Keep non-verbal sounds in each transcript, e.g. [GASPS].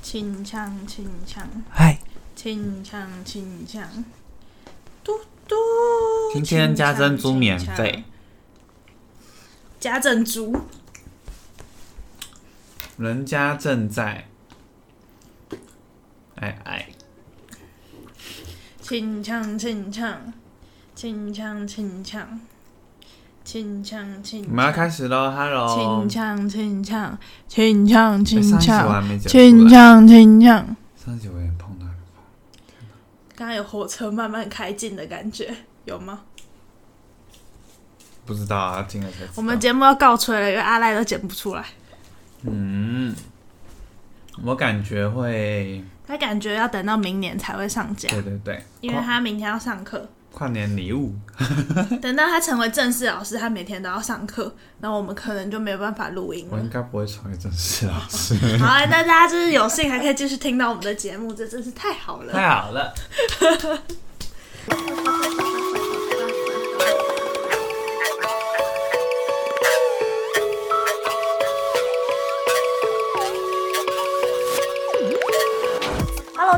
清唱清唱嗨，清唱清唱，嘟嘟。今天加珍珠清唱免费，，加珍珠，人家正在哎哎，清唱清唱，清唱清唱，清唱清我唱。们要开始喽！Hello，清唱清唱，清唱哎清上一集我唱，还没讲清出来，唱清唱。上一集我有点碰到，刚刚有火车慢慢开进的感觉，有吗？啊不知道啊，听了才知道。我们节目要告吹了，因为阿赖都剪不出来，嗯，我感觉会，他感觉要等到明年才会上架，对对对，因为他明天要上课。跨年礼物，等到他成为正式老师，他每天都要上课，然后我们可能就没有办法录音我应了。该不会成为正式老师。 [LAUGHS] 好啊，那大家就是有幸还可以继续听到我们的节目，这真是太好了。太好了。 Hello，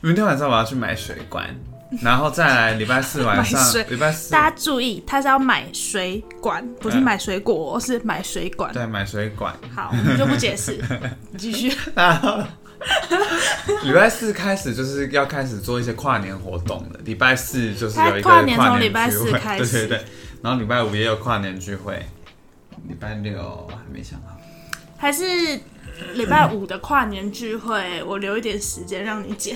明天晚上我要去买水管，然后再来礼拜四 [LAUGHS] 晚买水礼拜四大家注意，他是要买水管，不是嗯买水果，是买水管。对买水管，好，我们就不解释，你继续。然后 [LAUGHS] 礼拜四开始就是要开始做一些跨年活动了。礼拜四就是有一个他跨年从聚会礼拜四开始 [LAUGHS] 对对对。然后礼拜五也有跨年聚会，礼拜六还没想好。还是礼拜五的跨年聚会，我留一点时间让你 [LAUGHS] 剪，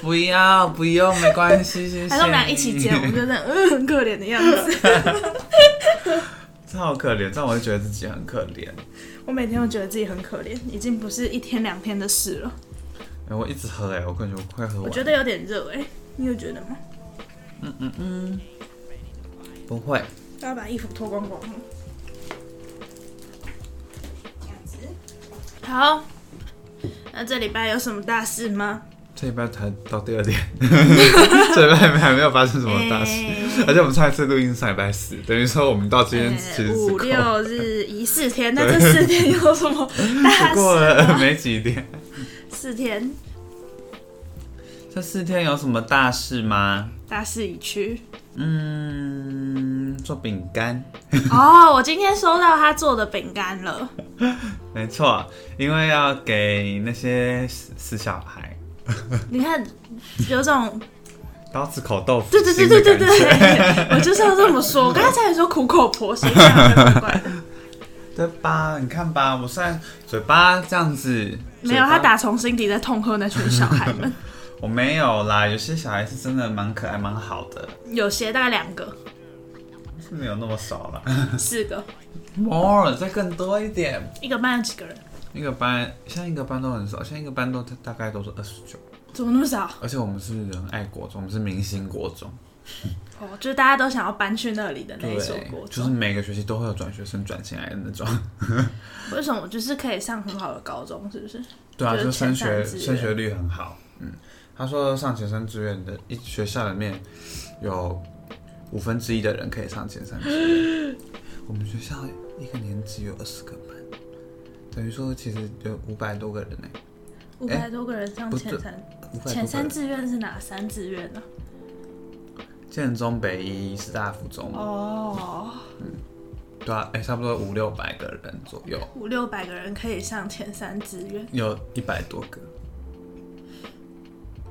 不要，不用，没关系，谢谢。还是我们俩一起剪，我们就那样嗯很可怜的样子。 [LAUGHS] 这好可怜，这样我就觉得自己很可怜。我每天都觉得自己很可怜，已经不是一天两天的事了。哎我一直喝哎、我感觉我快喝完。我觉得有点热哎、你有觉得吗？不会，要把衣服脱光光吗？这样子。好，那这礼拜有什么大事吗？这礼拜才到第二点， [LAUGHS] 这礼拜还没有发生什么大事。哎而且我们上一次录音是上礼拜四，等于说我们到今天其实是呃五空六日一四 [LAUGHS] 天，那这四天有什么大 [LAUGHS] 只过事？了没几天。四天 [LAUGHS] 这四天有什么大事吗？大势已去。嗯，做饼干，哦，我今天收到他做的饼干了，没错，因为要给那些死死小孩你看，有种 [LAUGHS] 刀子口豆腐对对心对的对感觉，对对， [LAUGHS] 我就是要这么说。我刚才差点说苦口婆心，这样怪怪的对吧？你看吧，我虽然嘴巴这样子，没有，嘴巴他打从心底在痛恨那群小孩 [LAUGHS] 们，我没有啦，有些小孩是真的蛮可爱、蛮好的，有些大概两个、是没有那么少啦。四个， more 再更多一点，一个班有几个人？一个班现在一个班都很少，现在一个班都大大概都是二十九，怎么那么少？而且我们是仁爱国中，我们是明星国中。哦，就是大家都想要搬去那里的那一所国对，就是中。每个学期都会有转学生转进来的那种。 [LAUGHS] 为什么就是可以上很好的高中？是不是？对啊，就是就是升学前三志愿升学率很好。嗯，他说上前三志愿的一学校里面有五分之一的人可以上前三志愿。 [GASPS] 我们学校一个年级有二十个班，等于说其实有五百多个人呢、五百多个人上哎不前对三，五百前多个三人。志愿是哪三志愿呢、建中、北一、师大附中，哦，对啊，哎、差不多五六百个人左右，五六百个人可以上前三志愿。有一百多个，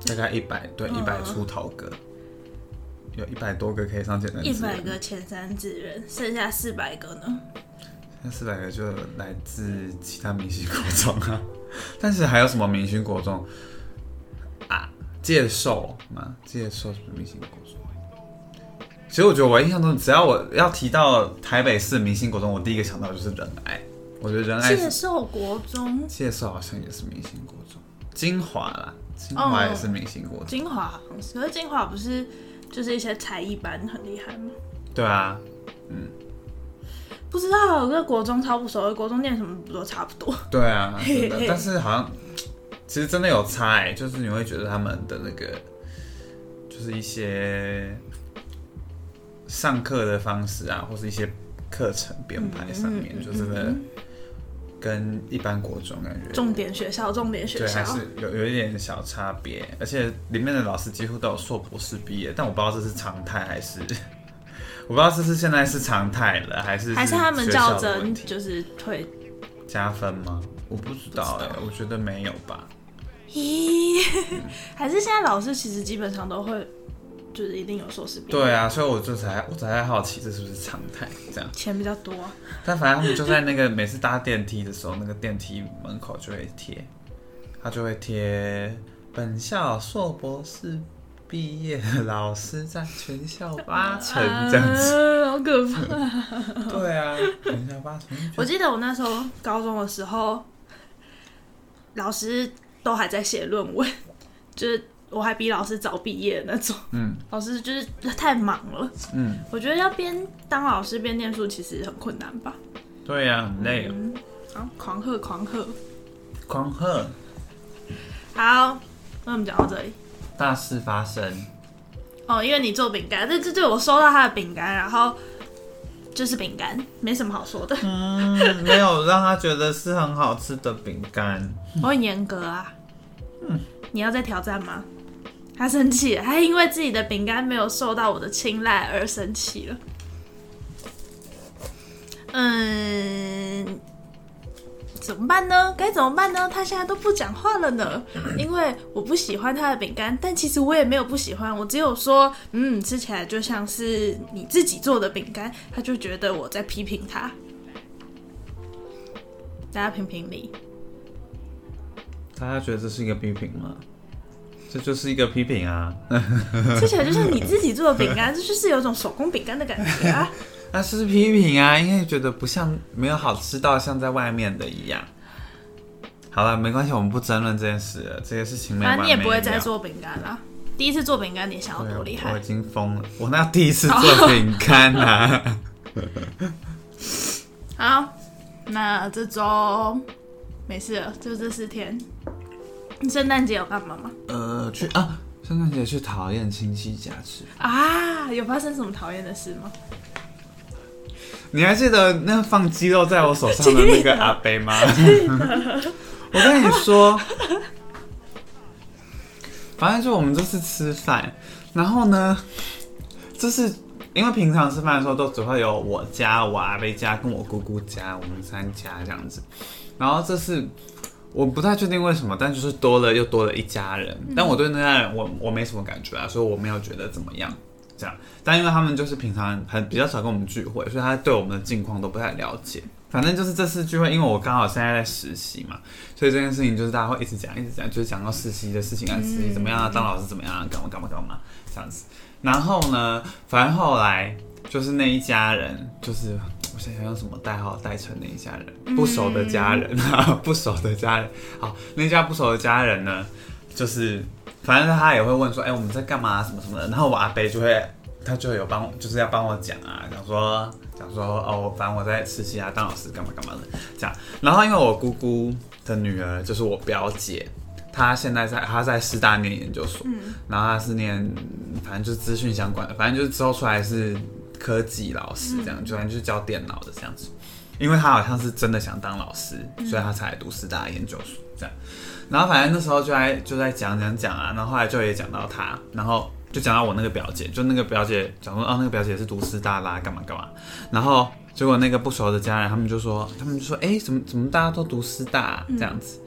大概一百对嗯一百出头个，有一百多个可以上简单一百个前三志愿，剩下四百个呢？那四百个就来自其他明星国中啊。 [LAUGHS] 但是还有什么明星国中啊？介寿吗？介寿是不是明星国中？其实我觉得我印象中，只要我要提到台北市明星国中，我第一个想到就是仁爱。我觉得仁爱介寿国中介绍好像也是明星国中，精华啦，精哦华也是明星国中。精华好像是，可是精华不是就是一些才艺班很厉害吗？对啊，不知道，我跟国中超不熟，国中念什么不都差不多？对啊，真嘿的嘿。但是好像其实真的有差欸，就是你会觉得他们的那个就是一些上课的方式啊，或是一些课程编排上嗯面，就真的跟一般国中感觉重点学校，重点学对，校还，是有有一点小差别，而且里面的老师几乎都有硕博士毕业，但我不知道这是常态还是 [LAUGHS] 我不知道这是现在是常态了，还是还是他们学较校的问真，题就是退。加分吗？我不知道哎、我觉得没有吧。咦， [LAUGHS] 还是现在老师其实基本上都会，就是一定有硕士毕业，对啊，所以我这才我才在好奇这是不是常态这样。钱比较多啊、但反正他们就在那个每次搭电梯的时候，那个电梯门口就会贴，他就会贴本校硕博士毕业的老师占全校八成 [LAUGHS] 这样子。啊好可怕。对啊，全校八成。我记得我那时候高中的时候，老师都还在写论文，就是我还比老师早毕业的那种。嗯老师就是太忙了，嗯，我觉得要边当老师边念书其实很困难吧。对啊，很累哦。嗯，好，狂贺狂贺。狂贺好，那我们讲到这里。大事发生，哦，因为你做饼干，这这对我收到他的饼干，然后就是饼干，没什么好说的。嗯，没有让他觉得是很好吃的饼干。我很严格啊。你要再挑战吗？他生气了，他因为自己的饼干没有受到我的青睐而生气了。嗯，怎么办呢？该怎么办呢？他现在都不讲话了呢，因为我不喜欢他的饼干，但其实我也没有不喜欢，我只有说，嗯，吃起来就像是你自己做的饼干，他就觉得我在批评他。大家评评理。大家觉得这是一个批评吗？这就是一个批评啊！ [LAUGHS] 吃起来就像你自己做的饼干，这就是有一种手工饼干的感觉啊！那是批评啊，因为觉得不像没有好吃到像在外面的一样。好了，没关系，我们不争论这件事了，这个事 [LAUGHS] 情没反完正啊你没了。也不会再做饼干啦。第一次做饼干，你想要对啊多厉我害已？经疯了，我那第一次做饼干啊。好，那这周没事了，就这四天。你圣诞节有干嘛吗？ [LAUGHS] 呃，去啊，圣诞节去讨厌亲戚家吃。啊，有发生什么讨厌的事吗？你还记得那个放鸡肉在我手上的那个阿伯吗？我跟你说，反正就我们这次吃饭，然后呢，就是因为平常吃饭的时候都只会有我家、我阿伯家跟我姑姑家，我们三家这样子。然后这次我不太确定为什么，但就是多了又多了一家人，但我对那家人我我没什么感觉啊，所以我没有觉得怎么样。这样，但因为他们就是平常很比较少跟我们聚会，所以他对我们的近况都不太了解。反正就是这次聚会，因为我刚好现在在实习嘛，所以这件事情就是大家会一直讲，一直讲，就是讲到实习的事情啊，实习怎么样啊，当老师怎么样啊，干嘛干嘛干嘛这样子。然后呢，反正后来就是那一家人，就是我想想用什么代号代称那一家人，不熟的家人 [LAUGHS] 啊，不熟的家人。好，那家不熟的家人呢，就是反正他也会问说，哎、我们在干嘛、什么什么的。然后我阿伯就会，他就有帮我，就是要帮我讲啊，讲说讲说哦，反正我在实习啊，当老师干嘛干嘛的这样。然后因为我姑姑的女儿就是我表姐，她现在在她在师大念研究所，然后她是念反正就是资讯相关的，反正就是之后出来是科技老师这样，就反正就是教电脑的这样子。因为她好像是真的想当老师，所以她才来读师大研究所这样。然后反正那时候就在就在讲讲讲啊，然后后来就也讲到他，然后就讲到我那个表姐，就那个表姐讲说，哦，那个表姐是读师大啦，干嘛干嘛。然后结果那个不熟的家人，他们就说，他们就说，哎，怎么怎么大家都读师大、啊、这样子。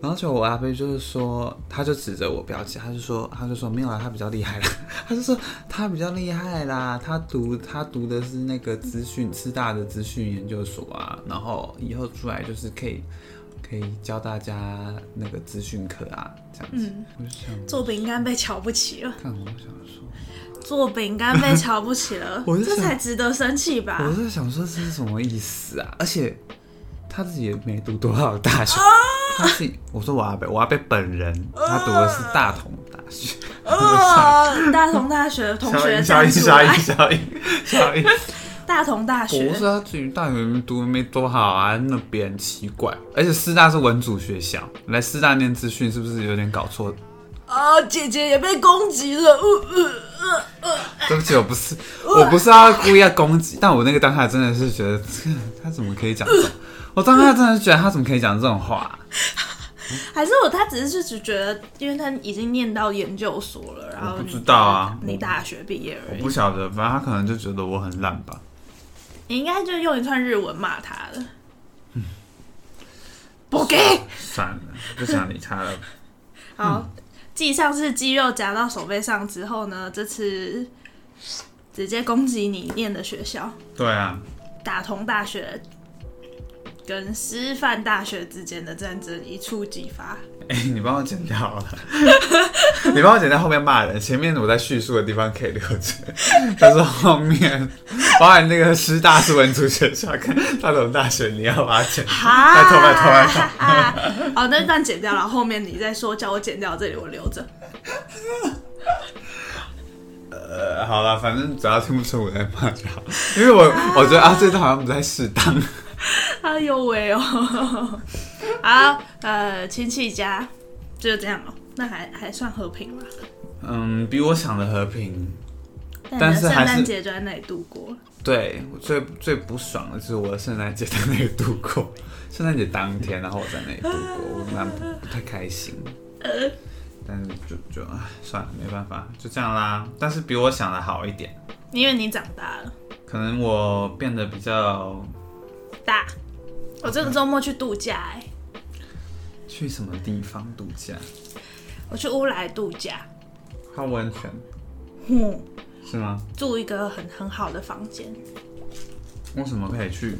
然后就我阿贝就是说，他就指着我表姐，他就说，他就说没有啊，他比较厉害啦， [LAUGHS] 他就说他比较厉害啦，他读他读的是那个资讯师大的资讯研究所啊，然后以后出来就是可以可以教大家那个资讯课啊，这样子。我就想，做饼干被瞧不起了，看我想说，做饼干 [LAUGHS] 被瞧不起了我，就这想才值得生气吧？我在想说这是什么意思啊？而且他自己也没读多好的大学，他自己我说我阿贝，我阿贝本人他读的是大同大学，哦，大同大学同学小站英出小英来，小英小英，大同大学不是他自己大学读得没多好啊，那别人奇怪，而且啊师大是文组学校，来师大念资讯是不是有点搞错？啊，姐姐也被攻击了，呜呜呃呃，对不起，我不是，我不是要故意要攻击，但我那个当下真的是觉得， [LAUGHS] 这个他怎么可以讲这种？我当下真的是觉得他怎么可以讲这种话、还是我他只是只觉得，因为他已经念到研究所了，然后我不知道啊你我大学毕业我而已不，晓得，反正他可能就觉得我很烂吧。你应该就用一串日文骂他 [LAUGHS] 了。不给。算了，不想理他了。好，继上次肌肉夹到手背上之后呢，这次直接攻击你念的学校对啊， —— [LAUGHS] 打同大学跟师范大学之间的战争一触即发。哎、你帮我剪掉好了， [LAUGHS] 你帮我剪掉后面骂人，前面我在叙述的地方可以留着， [LAUGHS] 但是后面包含那个师大是文组学校跟大同大学，你要把它剪掉。哈，拜托拜托拜托 [LAUGHS] 托！哦，那段剪掉了，后面你再说，叫我剪掉，这里我留着。呃，好了，反正只要听不出我在骂就好，因为我我觉得啊，这段好像不太适当。哎呦喂哦！ [LAUGHS] 好，呃，亲戚家就这样哦，那还还算和平吧。嗯，比我想的和平。但但你是的圣还是诞节就在那里度过。对，我最最不爽的就是我的圣诞节在那里度过，圣诞节当天，然后我在那里度过，我蛮不不太开心。但是就就唉，算了，没办法，就这样啦。但是比我想的好一点，因为你长大了，可能我变得比较大。我这个周末去度假、哎，去什么地方度假，我去乌来度假，泡温泉嗯，是吗？住一个很很好的房间，为什么可以去？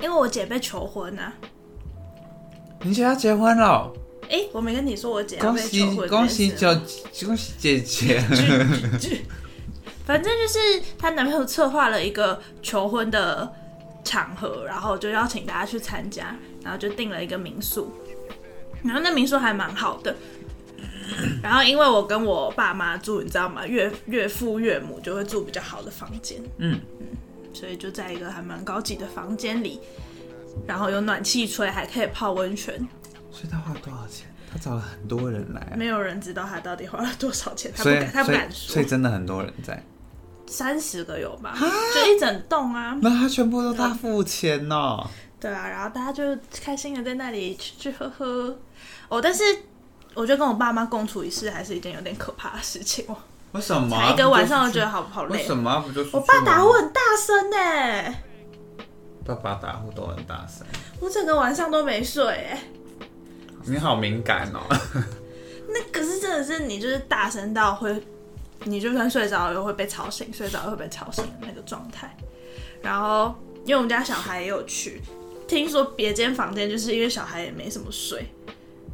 因为我姐被求婚啊。你姐要结婚了，哎、我没跟你说我姐要恭被求喜婚恭这件喜事姐恭喜姐姐！反正就是她男朋友策划了一个求婚的场合，然后就邀请大家去参加，然后就订了一个民宿，然后那民宿还蛮好 [CLEARS THROAT] 的。然后因为我跟我爸妈住，你知道吗？岳岳父岳母就会住比较好的房间，嗯所以就在一个还蛮高级的房间里，然后有暖气吹，还可以泡温泉。所以他花多少钱？他找了很多人来啊、没有人知道他到底花了多少钱，他不所以敢，他不所以敢所说以。真的很多人在。三十个有吧？就一整栋啊。那他全部都他付钱哦。对啊，然后大家就开心的在那里吃吃喝喝。哦，但是我觉得跟我爸妈共处一室还是一件有点可怕的事情哦。为什么啊才一个晚上，我觉得好好为累什。么不就出去我爸打玩我，很大声呢、爸爸打呼都很大声。我整个晚上都没睡哎、你好敏感哦。 [LAUGHS] 那可是真的是你就是大声到会，你就算睡着了又会被吵醒，睡着了又会被吵醒的那个状态。然后因为我们家小孩也有去，听说别间房间就是因为小孩也没怎么睡，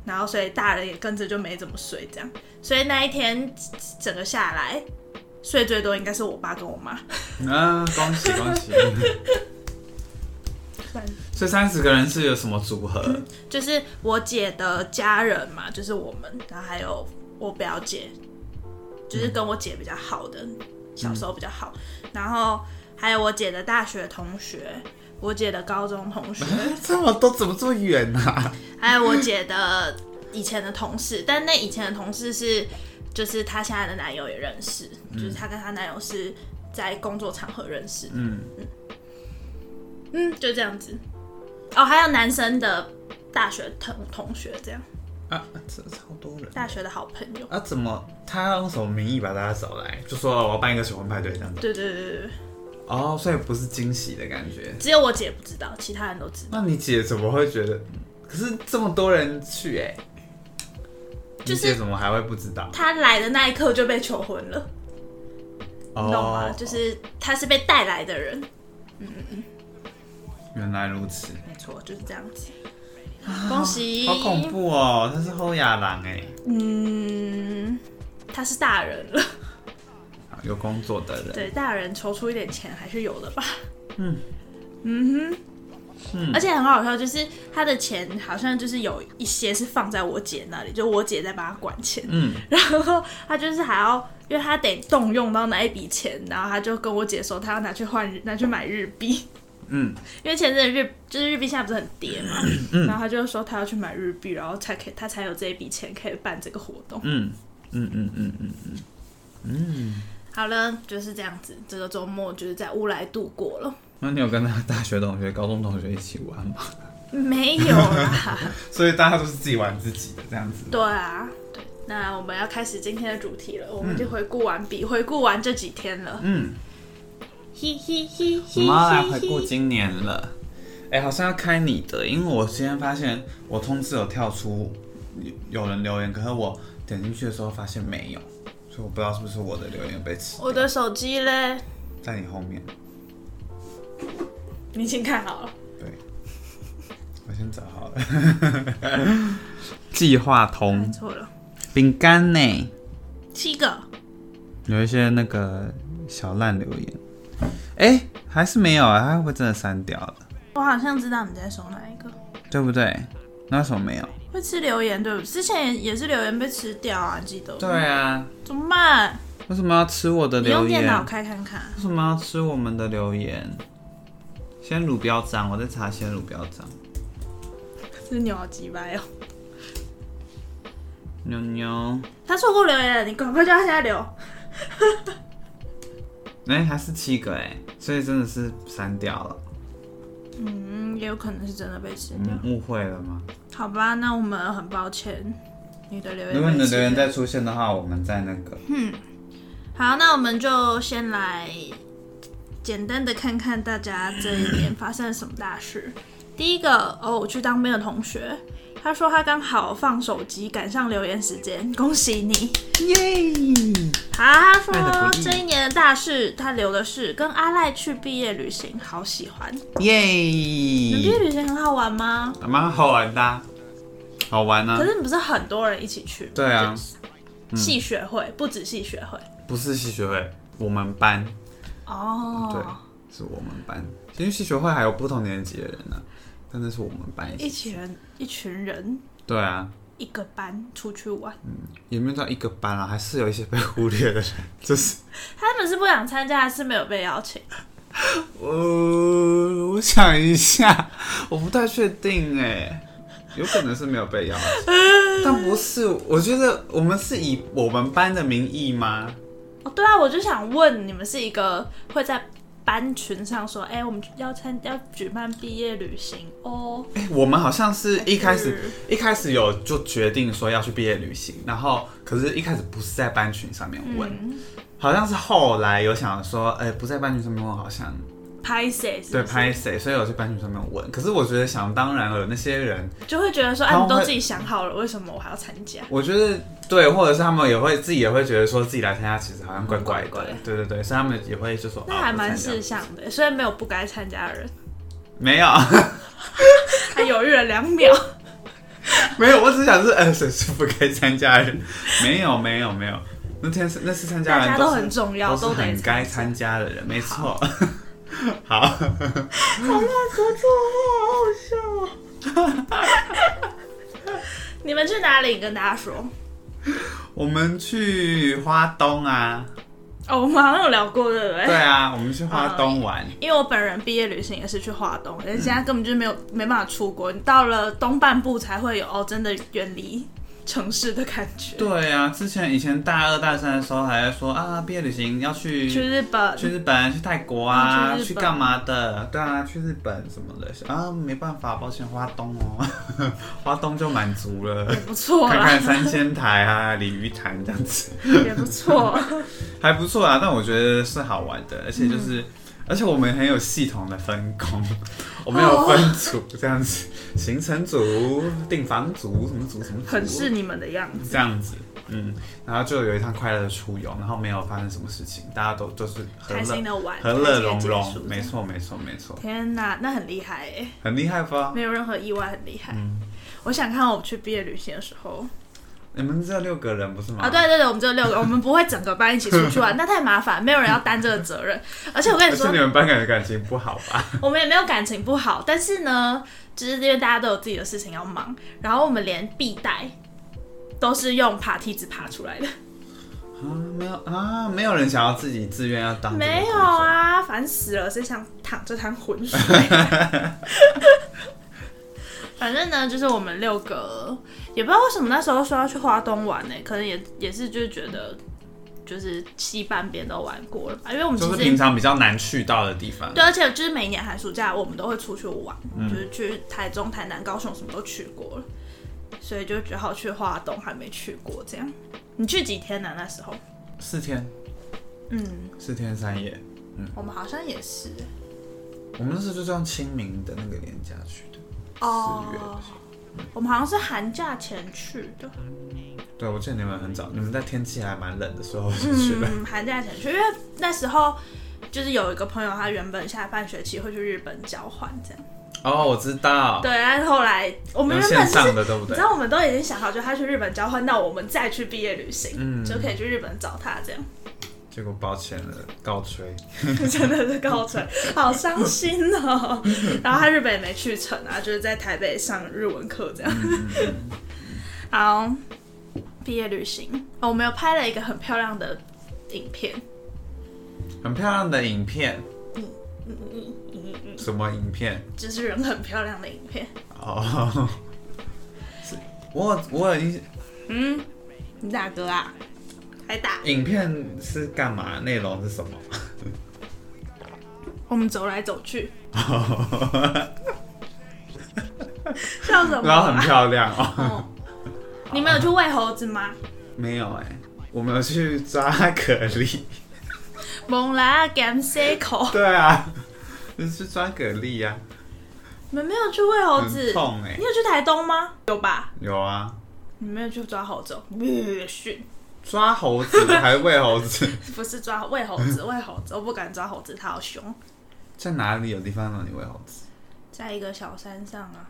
然后所以大人也跟着就没怎么睡这样，所以那一天整个下来。睡最多应该是我爸跟我妈，啊，恭喜恭 [LAUGHS] 喜！这三十个人是有什么组合？ [LAUGHS] 就是我姐的家人嘛，就是我们，然后还有我表姐，就是跟我姐比较好的，小时候比较好，然后还有我姐的大学同学，我姐的高中同学，这么多怎么这么远啊？还有我姐的以前的同事，但那以前的同事是，就是她现在的男友也认识，就是她跟她男友是在工作场合认识的，嗯，嗯，就这样子。哦，还有男生的大学同同学，这样 [LAUGHS] 啊，这超多人。大学的好朋友。啊，怎么他要用什么名义把大家找来？就说我要办一个求婚派对这样子。对对对对对，哦，所以不是惊喜的感觉。只有我姐不知道，其他人都知道。那你姐怎么会觉得？可是这么多人去哎、就是你姐怎么还会不知道？她来的那一刻就被求婚了，哦你懂啊吗？就是她是被带来的人，原来如此，没错，就是这样子。恭喜！啊好恐！怖哦！他是后亚郎哎，嗯，他是大人了，有工作的人，对，大人筹出一点钱还是有的吧。嗯嗯哼，而且很好笑，就是他的钱好像就是有一些是放在我姐那里，就我姐在帮他管钱，嗯， [LAUGHS] 然后他就是还要，因为他得动用到那一笔钱，然后他就跟我姐说，他要拿去换日拿去买日币，嗯， [LAUGHS] 因为前阵子日就是日币现在不是很跌嘛，然后他就说他要去买日币，然后才可以他才有这一笔钱可以办这个活动。嗯嗯嗯嗯嗯好了，就是这样子，这个周末就是在乌来度过了，那你有跟他大学同学、高中同学一起玩吗？ [LAUGHS] 没有 [LAUGHS] 啦，所以大家都是自己玩自己的这样子。对啊，对，那我们要开始今天的主题了，我们就回顾完毕，回顾完这几天了，嗯，嘿嘿嘿我嘿们要来回嘿顾嘿，今年了。哎、好像要开你的，因为我今天发现我通知有跳出有人留言，可是我点进去的时候发现没有，所以我不知道是不是我的留言被吃，我的手机嘞，在你后面。你请看好了。对，我先找好了。 [LAUGHS] 计划看通错了，饼干呢？七个。有一些那个小烂留言，哎、还是没有啊？他会不会真的删掉了？我好像知道你在说哪一个。对不对？那为什么没有？会吃留言对不对？之前也也是留言被吃掉啊，记得。对。啊，怎么办？为什么要吃我的你用留言电？脑开看看。为什么要吃我们的留言？先乳标章，我在查先乳标章。这牛好鸡掰哦。妞妞，他错过留言了，你赶快叫他现在留。哎、还是七个哎、所以真的是删掉了。嗯，也有可能是真的被吃我掉。们误会了吗？好吧，那我们很抱歉，你的留言。如果你的留言再。出现的话，我们在那 [LAUGHS] 个好，那我们就先来简单的看看大家这一年发生了什么大事。第一个哦，我去当兵的同学，他说他刚好放手机赶上留言时间，恭喜你！耶。好，他爱的说不易这一年的大事，他留的是跟阿赖去毕业旅行，好喜欢。嗯你们毕业耶，旅行很好玩吗？蛮好玩的啊、好玩啊呢、可是你不是很多人一起去吗？对啊，系学会不止系学会不是系学会，我们班，嗯对哦，，是我们班。其实系学会还有不同年级的人呢、但那是我们班一起。群人一群人对啊，一个班出去玩，也没有到一个班啊，还是有一些被忽 [LAUGHS] 略的人，就是他们是不想参加，还是没有被邀请？我、呃我想一下，我不太确定哎、有可能是没有 [LAUGHS] 被邀请，但不是，我觉得我们是以我们班的名义吗？哦，对啊，我就想问你们是一个会在班群上说，哎、我们要参要举办毕业旅行哦，欸我们好像是一开始是一开始有就决定说要去毕业旅行，然后可是一开始不是在班群上面问，嗯，好像是后来有想说，哎、不在班群上面问，好像拍谁？对拍谁，所以有去班群上面问。可是我觉得想当然了，那些人就会觉得说，哎、他啊，们你都会自己想好了，为什么我还要参加？哦我觉得对，或者是他们也会自己也会觉得说自己来参加，其实好像怪怪的，怪怪对对对，所以他们也会就说那啊还不蛮参加识相的，所以没有不该参加的人，没有他犹豫了两 [LAUGHS] 秒。没有，我只想是呃，谁是不该参加的人？没有没有没有，那天是那次参加的大人家都都是很重要，都都是得很该参加的人，没错。 [LAUGHS] 好，你们去哪里？跟大家说。我们去花东啊，哦，我们好像有聊过，对不对？对啊，我们去花东玩，因为我本人毕业旅行也是去华东，而且现在根本就没有没办法出国，你到了东半部才会有哦，真的远离城市的感觉。对啊，之前以前大二大三的时候还在说啊，毕业旅行要去去日本，去日本、去泰国啊，嗯去日本去干嘛的？对啊，去日本什么的啊，没办法，抱歉，花东哦， [LAUGHS] 花东就满足了。不错啊看啦，看三仙台啊，鲤鱼潭这样子，也不错。还不错啊。但我觉得是好玩的，而且嗯就是，而且我们很有系统的分 [LAUGHS] 工，我们有分组这样子，行程组、订房组、什么组什么组，很是你们的样 [LAUGHS] 子。这样子，嗯。然后就有一趟快乐的出游，然后没有发生什么事情，大家都都是和开心乐的玩，和乐开融心地结束融，没。错没错没错，天哪，那很厉害哎，很厉害吧？嗯没有任何意外，很厉害。我想看我去毕业旅行的时候，你们只有六个人不是吗？啊，对对对，我们只有六个，我们不会整个班一起出去 [LAUGHS] 玩，那太麻烦，没有人要担这个责任。而且我跟而你说且，你们班感觉感情不好吧？我们也没有感情不好，但是呢，就是因为大家都有自己的事情要忙，然后我们连壁袋都是用爬梯子爬出来的，啊，没有啊，没有人想要自己自愿要当这个没有工作，啊，烦死了，谁想淌这滩浑 [LAUGHS] 水？反正呢，就是我们六个，也不知道为什么那时候说要去花东玩呢、可能也也是就是觉得，就是西半边都玩过了吧，因为我们其就是实平常比较难去到的地方。对，而且就是每年寒暑假我们都会出去玩，嗯就是去台中、台南、高雄什么都去过了，所以就只好去花东，还没去过这样。你去几天呢、啊那时候，四天，嗯，四天三夜。我们好像也是我们那时候就是用清明的那个年假去的，四月的时哦候。我们好像是寒假前去的，对，我记得你们很早，你们在天气还蛮冷的时候就去了。嗯，寒假前去，因为那时候就是有一个朋友，他原本下半学期会去日本交换这样，哦，我知道，对，但是后来我们用原本就是线上的对不你对知？道，我们都已经想好，就他去日本交换，那我们再去毕业旅行，嗯就可以去日本找他这样。结果抱歉了，告吹。 [LAUGHS] 真的是高 [LAUGHS] 吹，好伤心哦。然后他日本也没去成啊，就是在台北上日文课这样。嗯 [LAUGHS] 好，毕业旅行、哦我们有拍了一个很漂亮的影片，很漂亮的影片，什么影片？就是人很漂亮的影片。哦，是我有我有影嗯，你大哥啊，还打？影片是干嘛？内容是什么？我们走来走 [LAUGHS] 去，笑什么 [LAUGHS] 然后很啊、漂亮哦，哦，你们有去喂猴子吗？没有哎、我们有去抓蛤 [LAUGHS] 蜊，蒙拉 Game Circle，对啊，就是去抓蛤蜊呀、你们没有去喂猴子很？痛哎、你有去台东吗？有吧？有啊，你没有去抓猴子、哦？不训抓猴子还喂猴子， [LAUGHS] 不是抓喂猴 [LAUGHS] 子，喂猴子，我不敢抓猴子，它好凶。在哪里有地方让你喂猴子？在一个小山上啊，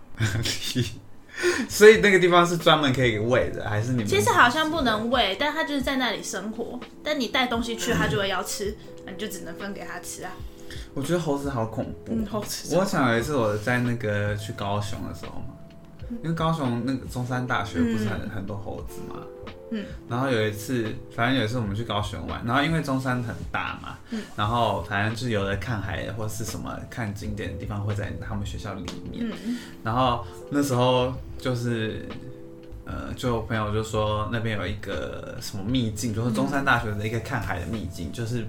[LAUGHS] 所以那个地方是专门可以喂的，还是你们？其实好像不能喂，但它就是在那里生活。但你带东西去，它就会要吃，那你就只能分给它吃啊。我觉得猴子好恐怖。嗯猴子我想有一次我在那个去高雄的时候嘛，嗯因为高雄那个中山大学不是很、很多猴子嘛。嗯。然后有一次，反正有一次我们去高雄玩，然后因为中山很大嘛，嗯然后反正就是有的看海或是什么看景点的地方会在他们学校里面。嗯，然后那时候就是，呃，就有朋友就说那边有一个什么秘境，就是中山大学的一个看海的秘境，就是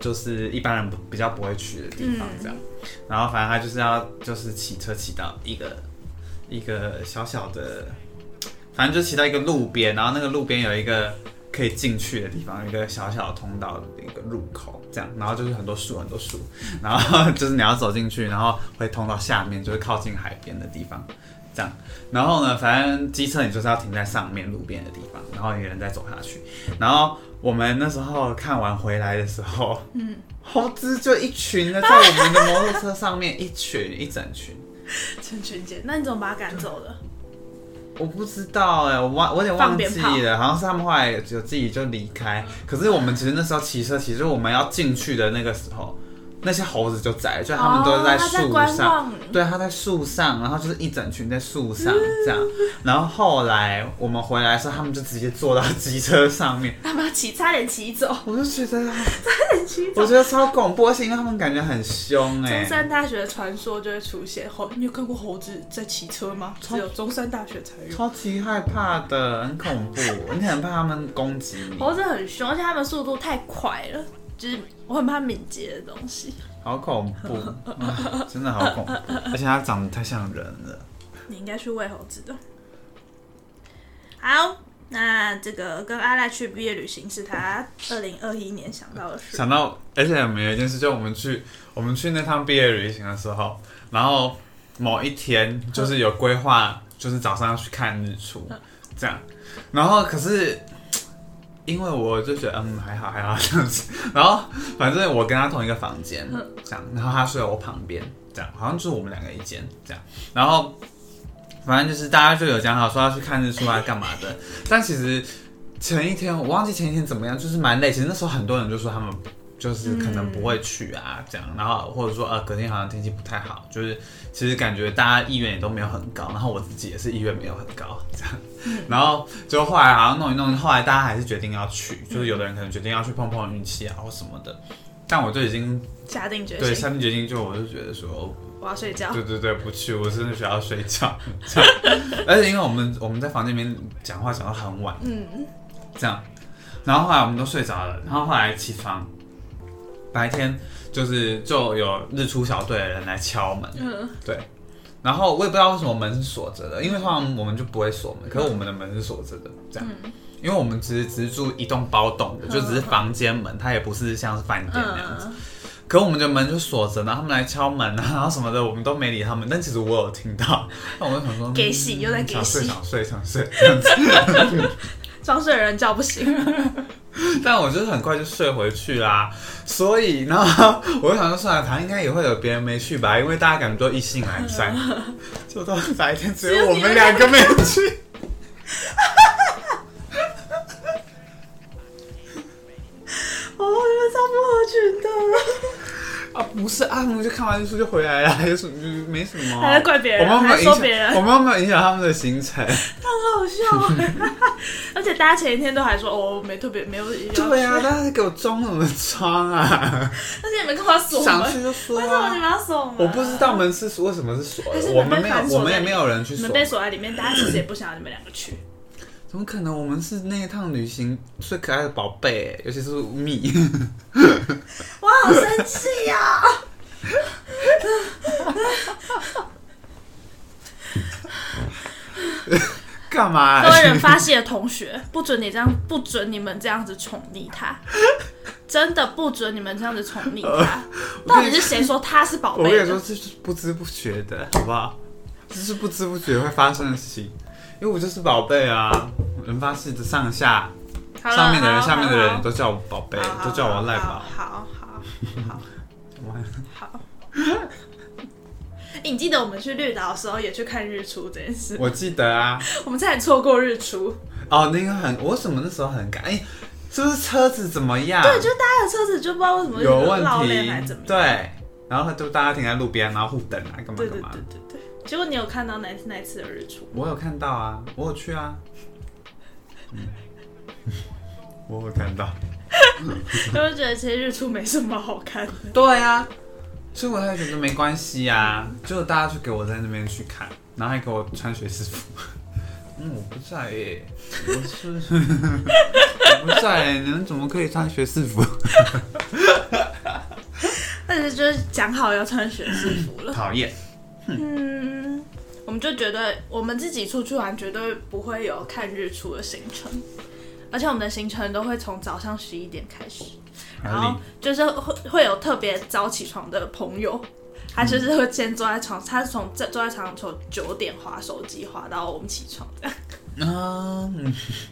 就是一般人不比较不会去的地方这样。然后反正他就是要就是骑车骑到一个一个小小的，反正就骑到一个路边，然后那个路边有一个。可以进去的地方，有一个小小的通道的一个入口，这样，然后就是很多树，很多树，然后就是你要走进去，然后会通到下面，就是靠近海边的地方，这样。然后呢，反正机车你就是要停在上面路边的地方，然后一个人再走下去。然后我们那时候看完回来的时候，嗯，猴子就一群的在我们的摩托车上面，一群一整群。成群结，那你怎么把它赶走的？我不知道哎、我忘我有点忘记放了，好像是他们后来有自己就离开。可是我们其实那时候骑车，其实我们要进去的那个时候，那些猴子就在，就他们都哦它在树观上，望对，它在树上，然后就是一整群在树上这样。然后后来我们回来的时候，他们就直接坐到机车上面，他把它骑，差点骑走，我 [LAUGHS] 就觉得，差点骑走我。觉得超恐怖，而且因为他们感觉很凶哎、中山大学的传说就会出现猴，你有看过猴子在骑车吗？只有中山大学才有。超级害怕的，很恐怖，你很怕他们攻击你，猴子很凶，而且它们速度太快了，就是我很怕敏捷的东西。好恐怖，啊真的好恐怖，而且它长得太像人了。你应该去喂猴子的。好，那这个跟阿赖去毕业旅行是他二零二一年想到的事。想到，而且我们有一件事，就我们去我们去那趟毕业旅行的时候，然后某一天就是有规划，就是早上要去看日出，这样，然后可是。因为我就觉得嗯还好还好这样子，然后反正我跟他同一个房间这样，然后他睡在我旁边这样，好像就是我们两个一间这样，然后反正就是大家就有讲好说要去看日出啊干嘛的，但其实前一天我忘记前一天怎么样，就是蛮累。其实那时候很多人就说他们就是可能不会去啊、这样，然后或者说呃隔天好像天气不太好，就是其实感觉大家意愿也都没有很高，然后我自己也是意愿没有很高这样，然后就后来好像弄一弄，后来大家还是决定要去，就是有的人可能决定要去碰碰运气啊或什么的，但我就已经下定决对心，下定决心，就我就觉得说哦我要睡觉。对对对，不去，我真的需要睡觉。这样而且因为我们我们在房间里面讲话讲到很晚，嗯，这样，然后后来我们都睡着了，然后后来起床，白天就是就有日出小队的人来敲门，嗯对。然后我也不知道为什么门是锁着的，因为通常我们就不会锁门，可是我们的门是锁着的，这样，嗯因为我们只是只是住一栋包栋的，就只是房间门，它也不是像是饭店那样子。嗯，可我们的门就锁着，然后他们来敲门啊，然后什么的，我们都没理他们。但其实我有听到，那我就想说，嗯给洗又在给想睡洗想睡想睡， [LAUGHS] 装睡的人叫不醒。但我就是很快就睡回去啦。所以，然后 [LAUGHS] 我就想说，算了，他应该也会有别人没去吧，因为大家感觉都意兴阑珊。 [LAUGHS] 就到白天只有我们两个没有 [LAUGHS] 去。哦，你们超不合群啊，不是啊，我们就看完日出就回来了，还有什么就是没什么。还在怪别人我们有没有还说影响别人我们有没有影响他们的 [LAUGHS] 行程？的，很好笑。 [LAUGHS] 而且大家前一天都还说，哦，没特别没有一定要对啊，去大家给我装什么 [LAUGHS] 装啊？而且你们干嘛锁想去门？就说、啊。为什么你们要锁门？我不知道门是锁为什么是锁还的是，你我们被们没有反，锁我们在也里没面有人去你锁们。被锁在里面，大家其实也不想要你们两个去。 [LAUGHS] 怎么可能？我们是那一趟旅行最可爱的宝贝，尤其是 [LAUGHS] 蜜。我好生气呀、干嘛、各位 [LAUGHS] 人发泄的同学，不准你这样，不准你们这样子宠溺他，真的不准你们这样子宠溺呃他。到底是谁说他是宝我贝跟你的说，？这是不知不觉的，好不好？这是不知不觉会发生的事情，因为我就是宝贝啊。人发誓的上下，好了上面的人、好下面的好人都叫我宝贝好好，都叫我赖宝好。好好好完了好 [LAUGHS] 好。你记得我们去绿岛的时候也去看日出这件事，我记得啊，我们差点错过日出。哦，那个很，我为什么那时候很感？哎、是不是车子怎么样？对，就大家的车子就不知道为什么啊有问绕链还是题怎，么样。对，然后就大家停在路边，然后互等啊，干嘛对干对嘛对。对对。结果你有看到那那一次的日出？我有看到啊，我有去啊，嗯， [LAUGHS] 我有看到。就会觉得其实日出没什么好看的。对啊，所以我才觉得没关系啊，就大家就给我在那边去看，然后还给我穿学士服。 [LAUGHS] 嗯，我不在耶、我是我不在、 [LAUGHS] 耶，你们怎么可以穿学士服？但是就是讲好要穿学士服了。 [LAUGHS] 讨厌。嗯，我们就觉得我们自己出去玩绝对不会有看日出的行程，而且我们的行程都会从早上十一点开始，然合后理就是会会有特别早起床的朋友。他就是会先坐在床，他从这坐在床上从九点划手机划到我们起床 [LAUGHS] 这样。啊，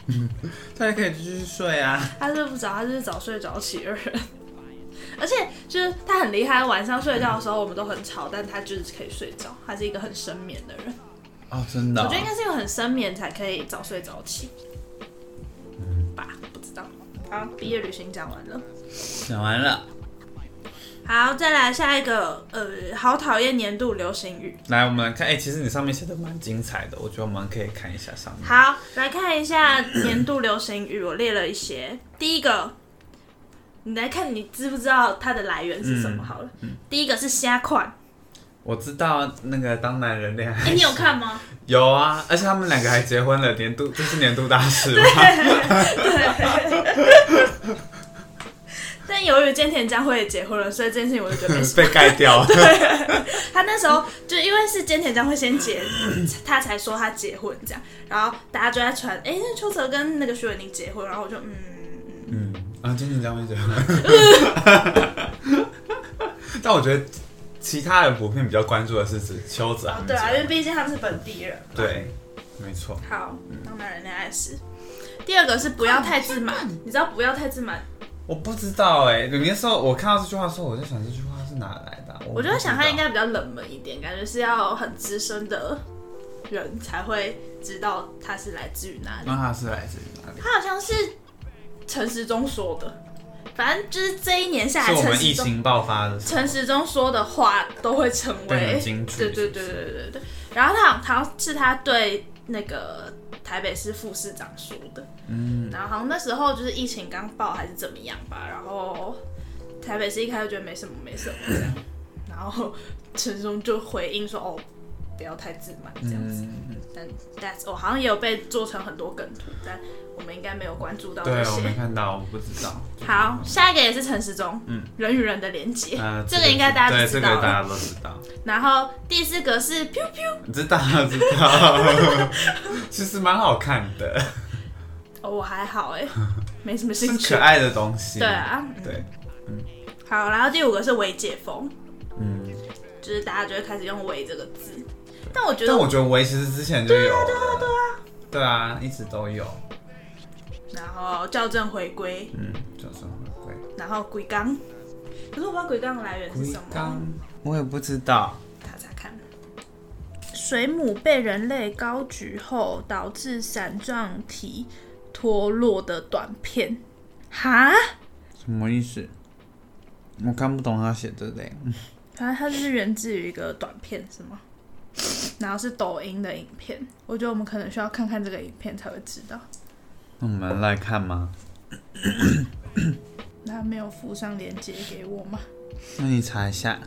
嗯， [LAUGHS] 大家可以继续睡啊。他是不早，他是早睡早起的人。而且就是他很厉害，晚上睡觉的时候我们都很吵，但他就是可以睡着，他是一个很深眠的人。哦，真的、我觉得应该是因为很深眠才可以早睡早起，嗯吧？不知道。好，毕业旅行讲完了，讲完了，好，再来下一个，呃，好讨厌年度流行语。来我们来看，哎、其实你上面写的蛮精彩的，我觉得我们可以看一下上面。好，来看一 [COUGHS] 下年度流行语，我列了一些。第一个，你来看你知不知道它的来源是什么？嗯好了，第一个是虾款，我知道那个当男人恋哎、爱，你有看吗？ [LAUGHS] 有啊，而且他们两个还结婚了，年度这是年度大 [LAUGHS] 事吗？但由于菅田将晖也结婚了，所以这件事情我就觉得没什么。被盖掉了。 [LAUGHS] 他那时候就因为是菅田将晖先结， [CLEARS THROAT] 他才说他结婚这样，然后大家就在传，哎、那邱泽跟那个徐伟宁结婚，然后我就嗯，嗯，啊，今年 [LAUGHS] 将会结婚。但我觉得其他人普遍比较关注的是指邱泽他们对嗯结啊，因为婚，毕竟他们是本地人。对，没错。好，当男人恋爱时。第二个是不要太自满，你知道不要太自满，我不知道哎、你那时候我看到这句话的时候，我在想这句话是哪来的啊、我觉得想他他应该比较冷门一点，感觉是要很资深的人才会知道它是来自于哪里。那他是来自于哪里？他好像是陈时中说的，反正就是这一年下是来，我陈们疫时中情爆发的时候陈时中说的话都会成变为成金句对对是不对是对对对。然后他好他是他对那个台北市副市长说的，嗯，然后好像那时候就是疫情刚爆还是怎么样吧，然后台北市一开始觉得没什么没什么这样，然后陈时中就回应说哦。不要太自满这样子，嗯但 that's 我、好像也有被做成很多梗图，但我们应该没有关注到这对，我些。没看到，我不知道。好，下一个也是陈时中，嗯，人与人的连接，呃，这个应该大家对都知这个道了。大家都知道，然后第四个是 pew pew，知道知道，其实蛮好看的，哦，我还好 [LAUGHS] 哎、没什么兴是趣可。爱的东西。对啊，对，好，然后第五个是微解封，嗯，就是大家就会开始用“微”这个字，但我觉但得，我觉得维其实之前就有了，对啊，对啊，对啊，一直都有，然后校正回归，嗯，就是回归。然后鬼刚，可是我不知道鬼刚的来源是什么，，我也不知道。查查看。水母被人类高举后，导致伞状体脱落的短片，哈，什么意思？我看不懂他写的嘞。反正它就是源自于一个短片，是吗？ [LAUGHS] 然后是抖音的影片，我觉得我们可能需要看看这个影片才会知道。那我们来看吗？那没有附上链接给我吗？那你查一下。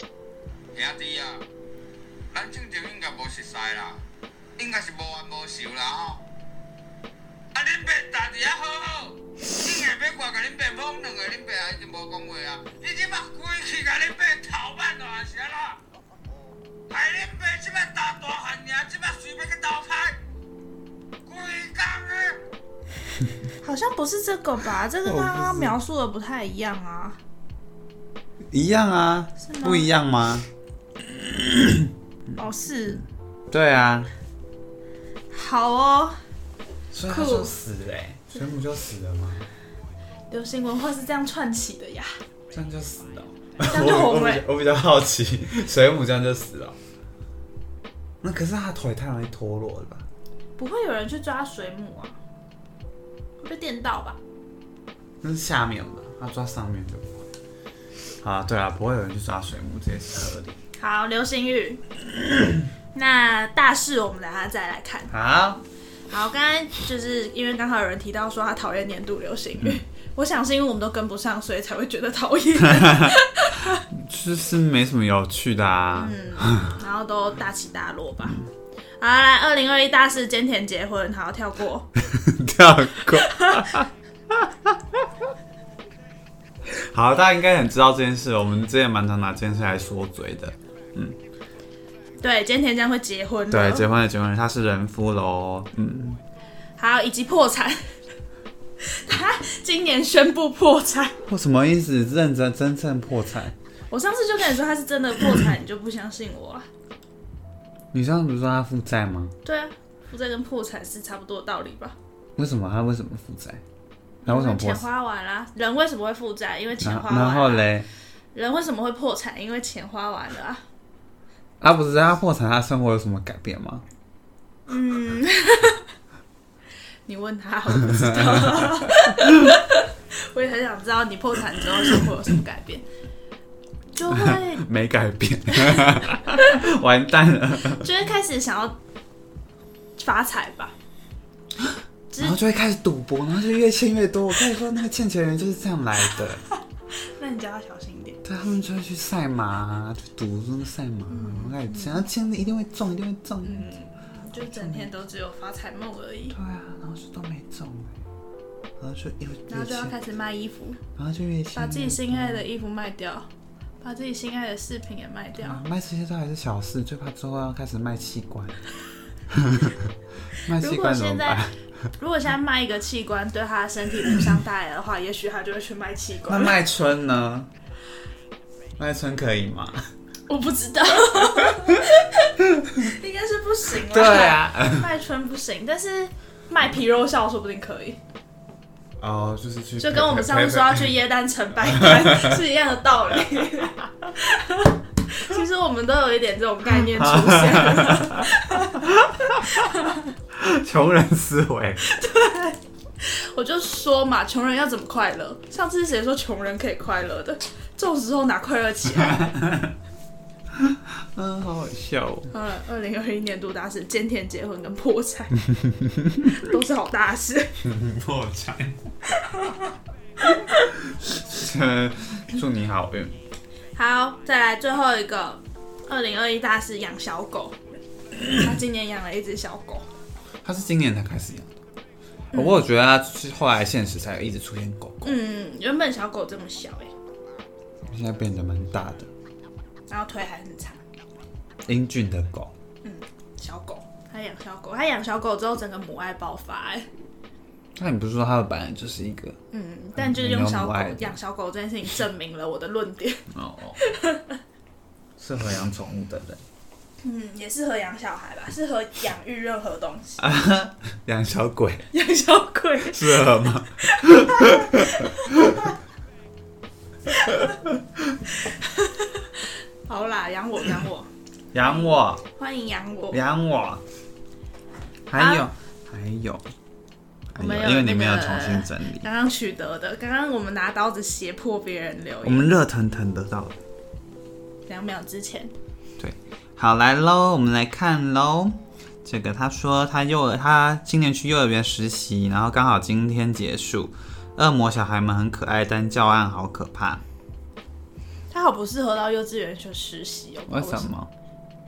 兄弟啊，咱正经应该无熟识啦，应该是无冤无仇啦吼。啊，恁爸大伫遐好好，恁下边挂甲恁爸懵两个，恁爸也已经无讲话啊。你即摆规气甲恁爸头挽落是啊啦，害恁爸即摆大大汉尔，即摆随便去投胎，规工啊！好像不是这个吧？这个跟我不刚知刚描述的不太一样啊。一样啊吗，不一样吗？哦，是，对啊，好哦。所以他就死嘞，欸水母就死了吗？流行文化是这样串起的呀。这样就死了。这样就红了我我比较我比较好奇，水母这样就死了。那可是它腿太容易脱落了吧？不会有人去抓水母啊？会被电到吧？那是下面吧，它抓上面就不会。好啊，对啊，不会有人去抓水母，这也是合理。好，流行语。那大事我们等下再来看。好，好，刚才就是因为刚好有人提到说他讨厌年度流行嗯语， [LAUGHS] 我想是因为我们都跟不上，所以才会觉得讨 [LAUGHS] 厌，就是没什么有趣的啊。嗯然后都大起大落吧。好，来，二零二一大事，菅田结婚，好跳过。跳过。好，大家应该很知道这件事。我们之前蛮常拿这件事来说嘴的。对，菅田将会结婚对了，，结婚的结婚了，他是人夫喽。嗯，还有以及破产， [LAUGHS] 他今年宣布破产。我什么意思？认真真正破产？我上次就跟你说他是真的破产，你就不相信我啊？你上次不是说他负债吗？对啊，负债跟破产是差不多的道理吧？为什么他为什么负债？他为什么因破钱产？花完啦，人为什么会负债？因为钱然花后完啊然后啦。嘞，人为什么会破产？因为钱花完了啊。啊，不是他破产，他生活有什么改变吗？你问他，我不知道。 [LAUGHS] 我也很想知道你破产之后生活有什么改变，就会没改变， [LAUGHS] 完蛋了。就会开始想要发财吧。然后就会开始赌博，然后就越欠越多。我跟你说，那个欠钱人就是这样来的。那你就要小心一点。对，他们就会去赛马啊，去赌那个赛马啊，嗯然后开始签，然后签的一定会中，一定会中。就整天都只有发财梦而已对，啊，然后就都没中哎，然后就越然越后就要签，开始卖衣服，然后就越签，把自己心爱的衣服卖掉，把自己心爱的饰品也卖掉啊。卖这些都还是小事，最怕之后要开始卖器 [LAUGHS] 官。卖如器果官怎么现在办？如果现在卖一个器官对他的身体无伤大雅的话，也许他就会去卖器 [LAUGHS] 那官。卖春呢？卖春可以 [LAUGHS] 吗？我不知道，应该是不行啦。对啊。卖春不行，但是卖皮肉笑说不定可以， [LAUGHS] 哦，就是去就跟我们上次说要去耶诞城摆摊是一样的道理。其实我们都有一点这种概念出现， [LAUGHS] 穷人思维，我就说嘛，穷人要怎么快乐？上次谁说穷人可以快乐的？这种时候哪快乐起来？嗯，好好笑哦。 [LAUGHS] 好了，呃二零二一年度大事：菅田结婚跟破产，都是好大事。破产。呃，祝你好运。好，再来最后一个，二零二一大事养小 [COUGHS] 狗。他今年养了一只小狗，他是今年才开始养的，不过我觉得他是后来现实才一直出现狗狗，嗯，原本小狗这么小哎、现在变得蛮大的，然后腿还很长，英俊的狗。小狗。他养小狗，他养小狗之后，整个母爱爆发哎、那你不是说他的本来就是一个嗯，但就是用小狗没有母爱的养小狗这件事情证明了我的论点。哦， [LAUGHS] 适合养宠物的人，嗯，也适合养小孩吧，适合养育任何东西。 [LAUGHS] 养小鬼 [LAUGHS] 养小鬼， [LAUGHS] 适合吗？好啦，养我，养我，养我，欢迎养 [COUGHS] 我。养我。还有，啊还有，还们有，有因为你那没有个重新整理，刚刚取得的，刚刚我们拿刀子胁迫别人留我言，们热腾腾得到的。两秒之前。好，来喽，我们来看喽。这个他说他幼他今年去幼儿园实习，然后刚好今天结束。恶魔小孩们很可爱，但教案好可怕。他好不适合到幼稚园去实习哦。为什？么？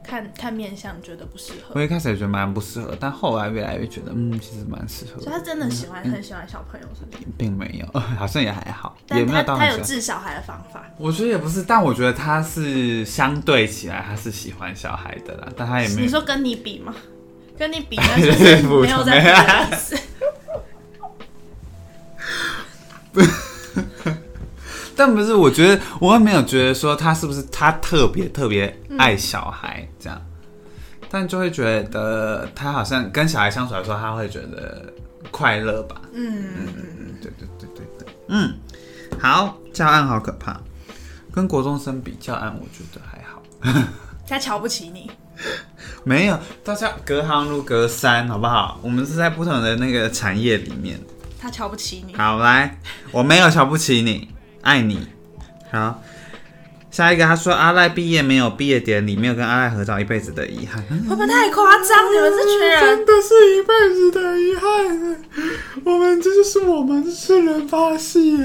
看看面相觉得不适合我，一开始也觉得蛮不适合，但后来越来越觉得，嗯，其实蛮适合所以他的，真的喜欢、很喜欢小朋友，是不是？并没有， [LAUGHS] 好像也还好，也但没有他到他很有喜欢。治小孩的方法，我觉得也不是，但我觉得他是相对起来，他是喜欢小孩的啦，但他也没你有说跟你比吗？跟 [LAUGHS] 你比那就是不没有在比的意思。但不是，我觉得我也没有觉得说他是不是他特别特别爱小孩这样，但就会觉得他好像跟小孩相处来说，他会觉得快乐吧。嗯，嗯，对对对对对，嗯，好，教案好可怕，跟国中生比教案，我觉得还好。他瞧不起你，没有，大家隔行如隔山，好不好？我们是在不同的那个产业里面。他瞧不起你。好，来，我没有瞧不起你，爱你。好，下一个他说阿赖毕业没有毕业典礼，没有跟阿赖合照，一辈子的遗憾。会不会太夸张？你们这群人，的是一辈子的遗憾，我们这就是我们是人发系，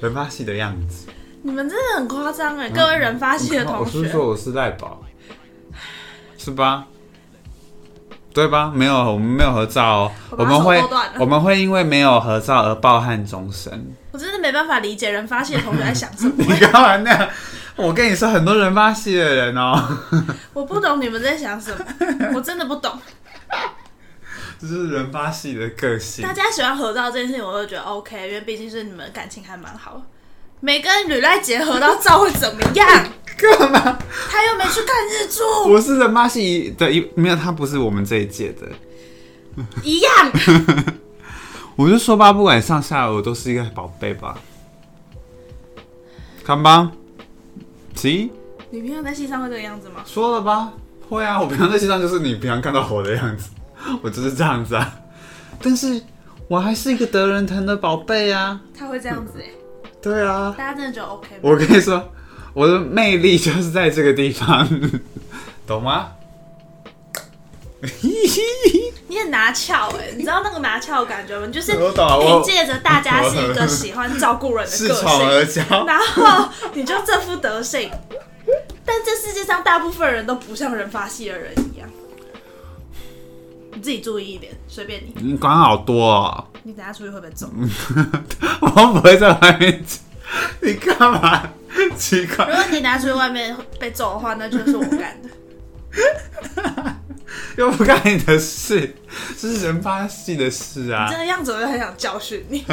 人发系的样子。你们真的很夸张哎！各位人发系的同嗯我是不学是，说我是赖宝，是吧？对吧？没有，我们没有合照哦。我把我他手们会剁断了我们会因为没有合照而抱憾终生。我真的没办法理解人发系的同学在想什么 [LAUGHS] 你。干嘛那样？我跟你说，很多人发系的人哦， [LAUGHS] 我不懂你们在想什么，我真的不懂。这就是人发系的个性大。家喜欢合照这件事情，我都觉得 OK，因为毕竟是你们感情还蛮好。没跟吕赖结合到照会怎么 [LAUGHS] 样？干嘛？他又没去看日出，我是人发系的一没有，他不是我们这一届的。一样。我就说吧，不管上下我都是一个宝贝吧。看吧，行，你平常在戏上会这个样子吗？说了吧。会啊，我平常在线上就是你平常看到我的样子， [LAUGHS] 我就是这样子啊。但是我还是一个得人疼的宝贝啊。他会这样子哎、对啊。大家真的觉得 OK 吗？我跟你说，我的魅力就是在这个地方， [LAUGHS] 懂吗？ [LAUGHS] 你很拿翘哎、你知道那个拿翘的感觉吗？你就是我懂啊我凭借着大家是一个喜欢照顾人的恃个宠性，而骄，然后你就这副德性。但这世界上大部分人都不像人发系的人一样，你自己注意一点，随便你。你管好多、哦， [LAUGHS] 你等下出去会不会中？嗯我不会在外面吃，你干嘛？奇如怪，果你等下出去外面被揍的话，那就是我干的。又不干你的事，这是人发系的事啊这！个样子我就很想教训你。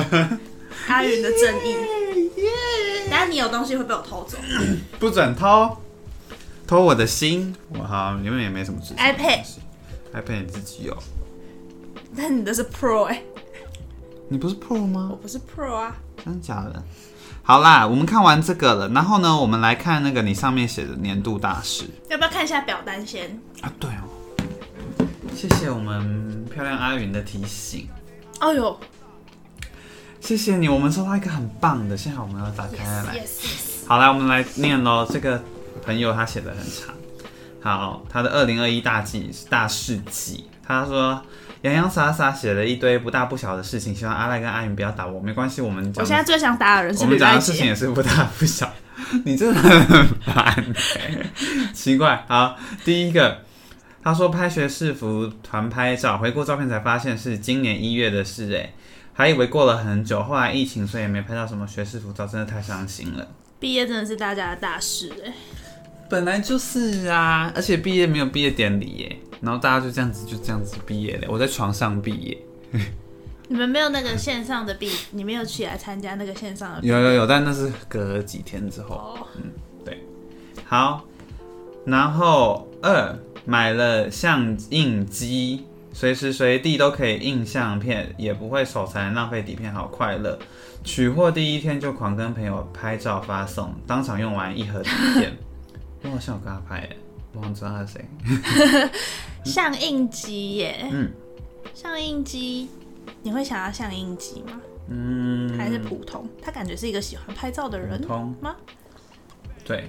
阿云的正义，等下你有东西会被我偷走不准偷，偷我的心。我好，你们也没什么事情。 ，iPad， iPad 你自己有， [LAUGHS] 但你的是 Pro 哎、你不是 Pro 吗我？不是 Pro 啊。真假的？好啦，我们看完这个了，然后呢，我们来看那个你上面写的年度大事要不要看一下表单先？啊，对哦，谢谢我们漂亮阿云的提醒，哦呦谢谢你，我们收到一个很棒的，幸好我们要打开来。 ，yes，好来，我们来念喽。这个朋友他写的很长，好，他的二零二一大计大事记，他说洋洋洒洒写了一堆不大不小的事情，希望阿赖跟阿云不要打我，没关系，我们我讲现在的最想打的人是我吕们讲爱的事情杰，也是不大不 [LAUGHS] 小，你真的很烦、欸，奇怪。好，第一个。他说拍学士服团拍照，回顾照片才发现是今年一月的事、欸，还以为过了很久，后来疫情所以也没拍到什么学士服照，真的太伤心了。毕业真的是大家的大事哎、本来就是啊，而且毕业没有毕业典礼耶，然后大家就这样子就这样子毕业了。我在床上毕业，你们没有那个线上的毕，你没有起来参加那个线上的毕有有有，但那是隔几天之后。哦，好，然后二买了相印机，随时随地都可以印相片，也不会手残浪费底片，好快乐。取货第一天就狂跟朋友拍照发送，当场用完一盒底片。我好像有跟他拍耶，我好像知道他是谁。上映机耶，嗯上映机，你会想要上映机吗？嗯，还是普通？他感觉是一个喜欢拍照的人普通吗？对，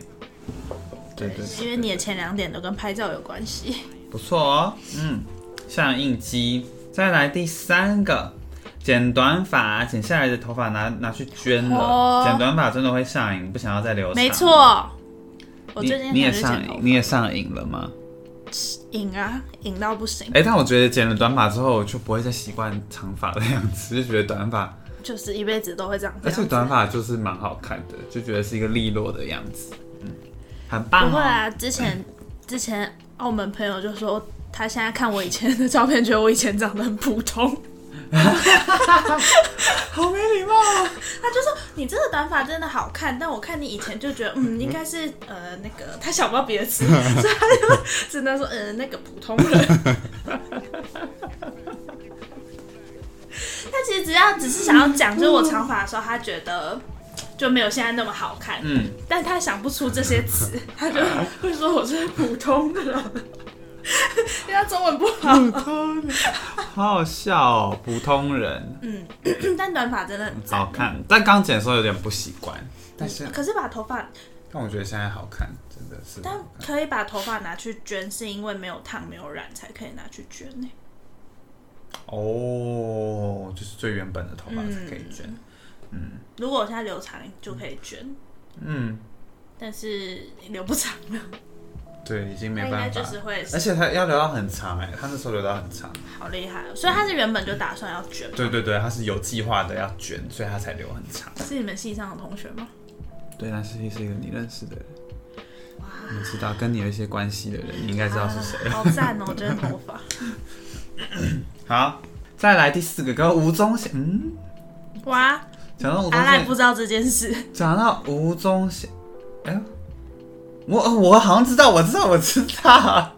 对对对，因为你的前两点都跟拍照有关 [LAUGHS] 系。不错哦，嗯，像应激。再来第三个，剪短发，剪下来的头发拿拿去捐了。哦剪短发真的会上瘾，不想要再留长。没，错，我你最近你也想去上剪头瘾发，你也上瘾了吗？瘾啊，瘾到不行，哎、但我觉得剪了短发之后，我就不会再习惯长发的样子，就觉得短发，就是一辈子都会这样。而且短发就是蛮好看的，就觉得是一个利落的样子，嗯，很棒、哦。不会啊，之前 [COUGHS] 之前澳门朋友就说，他现在看我以前的照片，觉得我以前长得很普通。 [LAUGHS] 好没礼貌哦。他就说你这个短发真的好看，但我看你以前就觉得嗯，应该是呃那个他想不到别的 [LAUGHS] 词，所以他就只能说嗯、呃、那个普通人。 [LAUGHS] 他其实只要只是想要讲，就是我长发的时候，他觉得就没有现在那么好看，嗯，但他想不出这些 [LAUGHS] 词，他就会说我是普通的人， [LAUGHS] 因为他中文不好。好好笑哦，普通人。 [LAUGHS] 嗯但短发真的很赞好，看，但刚剪的时候有点不习惯，但是可是把头发但我觉得现在好看，真的是但可以把头发拿去捐，是因为没有烫、没有染才可以拿去欸捐呢、哦，就是最原本的头发才可以卷，如果我现在留长就可以捐，嗯，但是留不长了，对，已经没那应该办法就，是会而且他要留到很长哎、他那时候留到很长，好厉害、哦。所以他是原本就打算要捐，对对对，他是有计划的要卷，所以他才留很长。是你们系上的同学吗？对，但是是一个你认识的人，你知道跟你有一些关系的人，你应该知道是谁。啊好赞哦，这个头 [LAUGHS] 发。好，再来第四个，跟吴宗宪，嗯，哇，讲到吴宗阿赖不宪，知道这件事，讲到吴宗宪，哎呦，我哦我好像知道，我知道，我知道，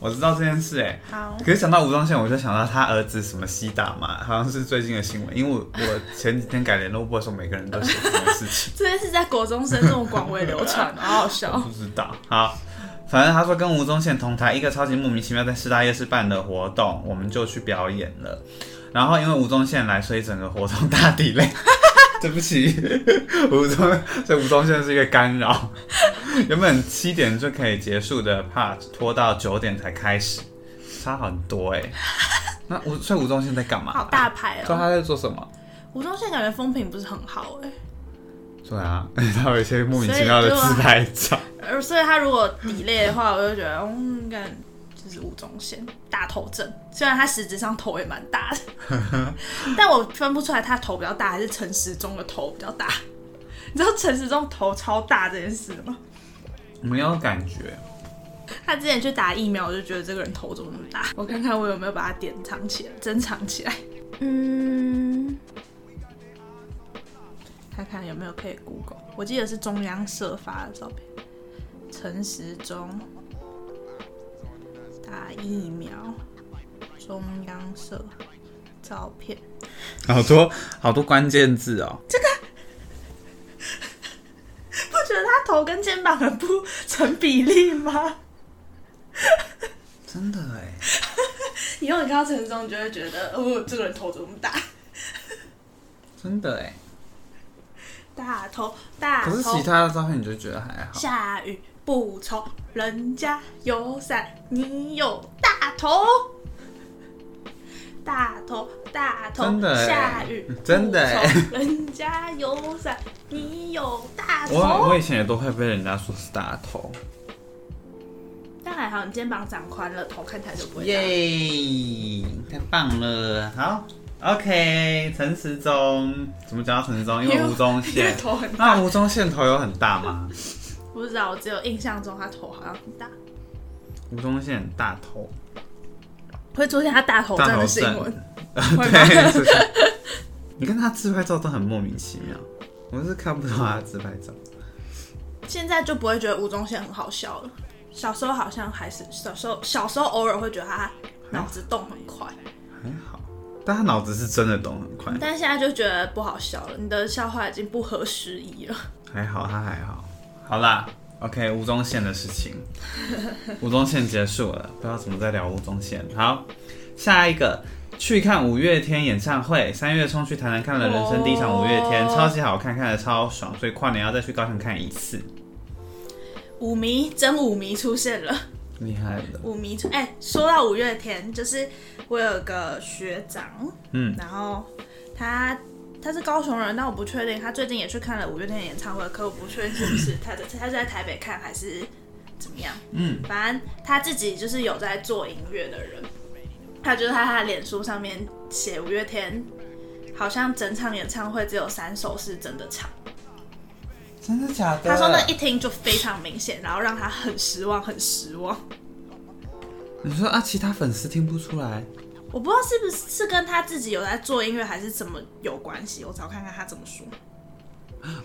我知道这件事哎、好，，可是想到吴宗宪，我就想到他儿子什么西打嘛，好像是最近的新闻。因为我我前几天改联络簿的时候，每个人都写这件事情这件事在国中生这么广为流传，好好我笑不。知道。好，反正他说跟吴宗宪同台一个超级莫名其妙在师大夜市办的活动，我们就去表演了。然后因为吴宗宪来，所以整个活动大地 [LAUGHS] 雷。对不起， [LAUGHS] 吴宗，所以吴宗宪是一个干扰。原本七点就可以结束的 part 拖到九点才开始，差很多 [LAUGHS] 哎、那吴所以吴宗宪在干嘛、好大牌知道哦！他在做什 [LAUGHS] 么？吴宗宪感觉风评不是很好哎、对啊， [LAUGHS] 他有一些莫名其妙的自拍照。呃，所以他如果抵赖的话，我就觉得，嗯，感就是吴宗宪大头症。虽然他实质上头也蛮大的，但我分不出来他头比较大还是陈时中的头比较大。你知道陈时中头超大这件事吗？没有感觉，他之前去打疫苗，我就觉得这个人头怎么那么大？我看看我有没有把它典藏起来、珍藏起来。嗯，看看有没有可以 Google。我记得是中央社发的照片，陈时中打疫苗，中央社照片。好多好多关键字哦。这头跟肩膀很不成比例吗？真的哎， [LAUGHS] 以后你看到陈松，你就会觉得，哦，这个人头怎么那么大？真的哎。大头大可是头其，他的照片你就觉得还好，下雨不愁，人家有伞，你有大头。大头大头真，的欸下雨 [LAUGHS] 真的不欸愁，人家有伞，你有大我头我。以前也都会被人家说是大头，但还好，你肩膀长宽了，头看起来就不会大。 [LAUGHS] 耶，太棒了，好。OK，陈时中怎么讲到陈时中？因为吴宗因为宪，头很大那。吴宗宪头有很大吗？不知道，我只有印象中他头好像很大，吴宗宪很大头，会出现他大头症大头的新症闻。， [LAUGHS] 对，是的你跟他自拍照都很莫名其妙，我是看不到他的自拍照。现在就不会觉得吴宗宪很好笑了。小时候好像还是小时候，小时候偶尔会觉得他脑子动很快，还好，但他脑子是真的懂很快。但现在就觉得不好笑了。你的笑话已经不合时宜了。还好，他还好。好啦，OK，吴宗宪的事 [LAUGHS] 情，吴宗宪结束了，不知道怎么再聊吴宗宪。好，下一个。去看五月天演唱会，三月冲去台南看了人生第一场五月天哦超级好看，看的超爽，所以跨年要再去高雄看一次，舞迷真舞迷出现了，厉害了。舞迷出哎、说到五月天，就是我有个学长，嗯，然后他他是高雄人，但我不确定他最近也去看了五月天的演唱会，可我不确定是不是他在他是在台北看还是怎么样。嗯，反正他自己就是有在做音乐的人，他就是在他的脸书上面写五月天。好像整场演唱会只有三首是真的唱，真的假的？他说那一听就非常明显，然后让他很失望，很失望。你说啊，其他粉丝听不出来，我不知道是不是是跟他自己有在做音乐还是怎么有关系，我找看看他怎么说。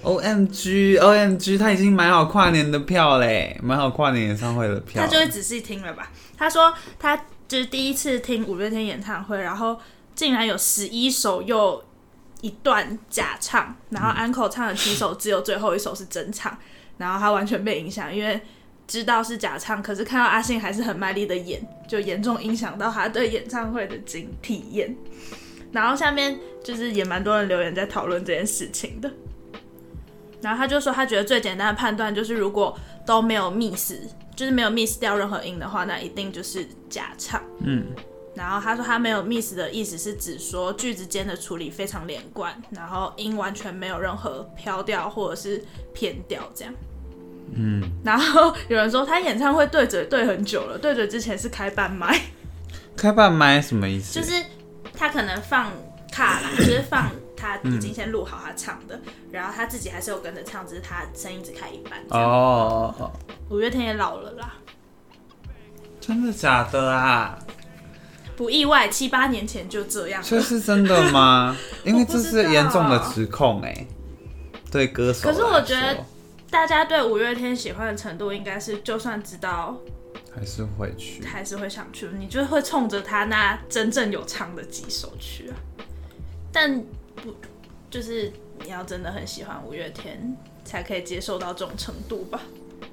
O M G O M G，他已经买好跨年的票嘞，买好跨年演唱会的票。他就会仔细听了吧。他说他就是第一次听五月天演唱会，然后竟然有十一首又一段假唱，然后安 n 唱了七首，只有最后一首是真唱，然后他完全被影响，因为。知道是假唱，可是看到阿信还是很卖力的演，就严重影响到他对演唱会的经体验。然后下面就是也蛮多人留言在讨论这件事情的。然后他就说，他觉得最简单的判断就是，如果都没有 miss，就是没有 miss 掉任何音的话，那一定就是假唱。嗯，然后他说他没有 miss 的意思是指说句子间的处理非常连贯，然后音完全没有任何飘掉或者是偏掉这样。嗯，然后有人说他演唱会对嘴对很久了，对嘴之前是开半麦，开半麦什么意思？就是他可能放卡 [COUGHS] 啦，就是放他已经先录好他唱的，然后他自己还是有跟着唱，只是他声音只开一半这样。哦，哦哦五月天也老了啦，真的假的啊？不意外，七八年前就这样了。这是真的吗？ [LAUGHS] 因为这我不知是道严重的指控哎、对歌手来可说。是我觉得大家对五月天喜欢的程度，应该是就算知道还是会去。还是会想去，你就会冲着他那真正有唱的几首去啊。但不就是你要真的很喜欢五月天，才可以接受到这种程度吧？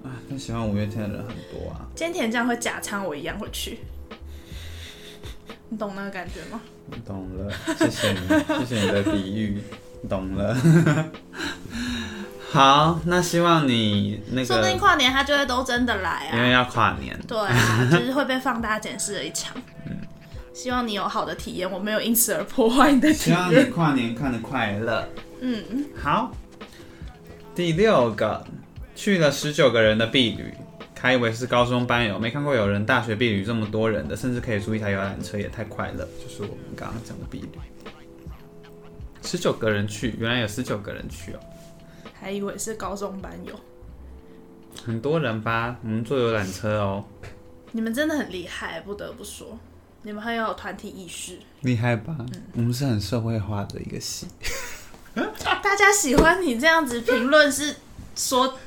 啊，但喜欢五月天的人很多啊，菅田将会假唱，我一样会去。你懂那个感觉吗？懂 [LAUGHS] 了，谢谢你，谢谢你的比喻，懂 [LAUGHS] 了。好，那希望你那说不定个，跨年他就会都真的来因啊。为要跨年，对啊，就是会被放大检视的一场。希望你有好的体验，我没有因此而破坏你的体希望你验。跨年看的快乐。嗯，好，第六个，去了十九个人的避旅，还以为是高中班友，没看过有人大学避旅这么多人的，甚至可以租一台游览车，也太快了。就是我们刚刚讲的避旅，十九个人去，原来有十九个人去哦，还以为是高中班友，很多人吧？我们坐游览车哦，你们真的很厉害，不得不说，你们很有团体意识。厉害吧？我们是很社会化的一个系，大家喜欢你这样子评论，是说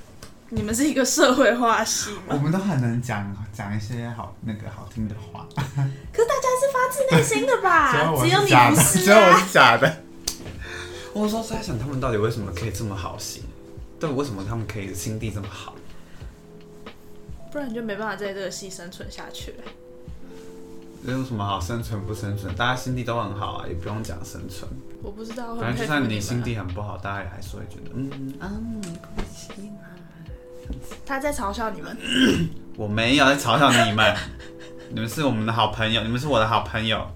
你们是一个社会化系我吗？们都很能讲讲一些好那个好听的话，可是大家是发自内心的 [LAUGHS] 吧？我啊只有是你假不的，是啊。是假的。我说在想他们到底为什么可以这么好心。但为什么他们可以心地这么好？不然你就没办法在这个系生存下去了。这有什么好生存不生存？大家心地都很好啊，也不用讲生存。我不知道，我反很佩正就服你算们你啊心地很不好，大家也还是会觉得，嗯啊，没关系嘛。他在嘲笑你们，我没有在嘲笑你们，你们是我们的好朋友，你们是我的好朋友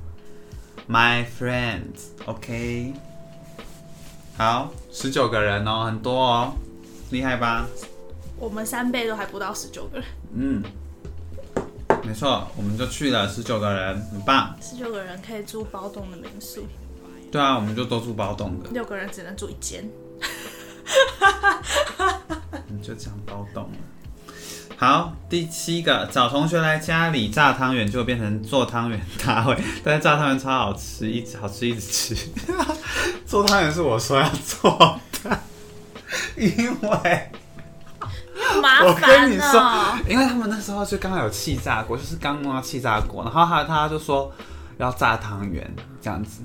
，my friends，OK、好，十九个人哦，很多哦，厉害吧？我们三倍都还不到十九个人，嗯，没错，我们就去了十九个人，很棒。十九个人可以住包栋的民宿，对啊，我们就都住包栋的，六个人只能住一间。你嗯就这样包栋了。好，第七个，找同学来家里炸汤圆，就变成做汤圆大会。 [LAUGHS] 但是炸汤圆超好吃，一直好吃一直吃。 [LAUGHS] 做汤圆是我说要做的， [LAUGHS] 因为好麻我跟烦你哦、说，因为他们那时候就刚好有气炸锅，就是刚弄到气炸锅，然后他他就说要炸汤圆这样子，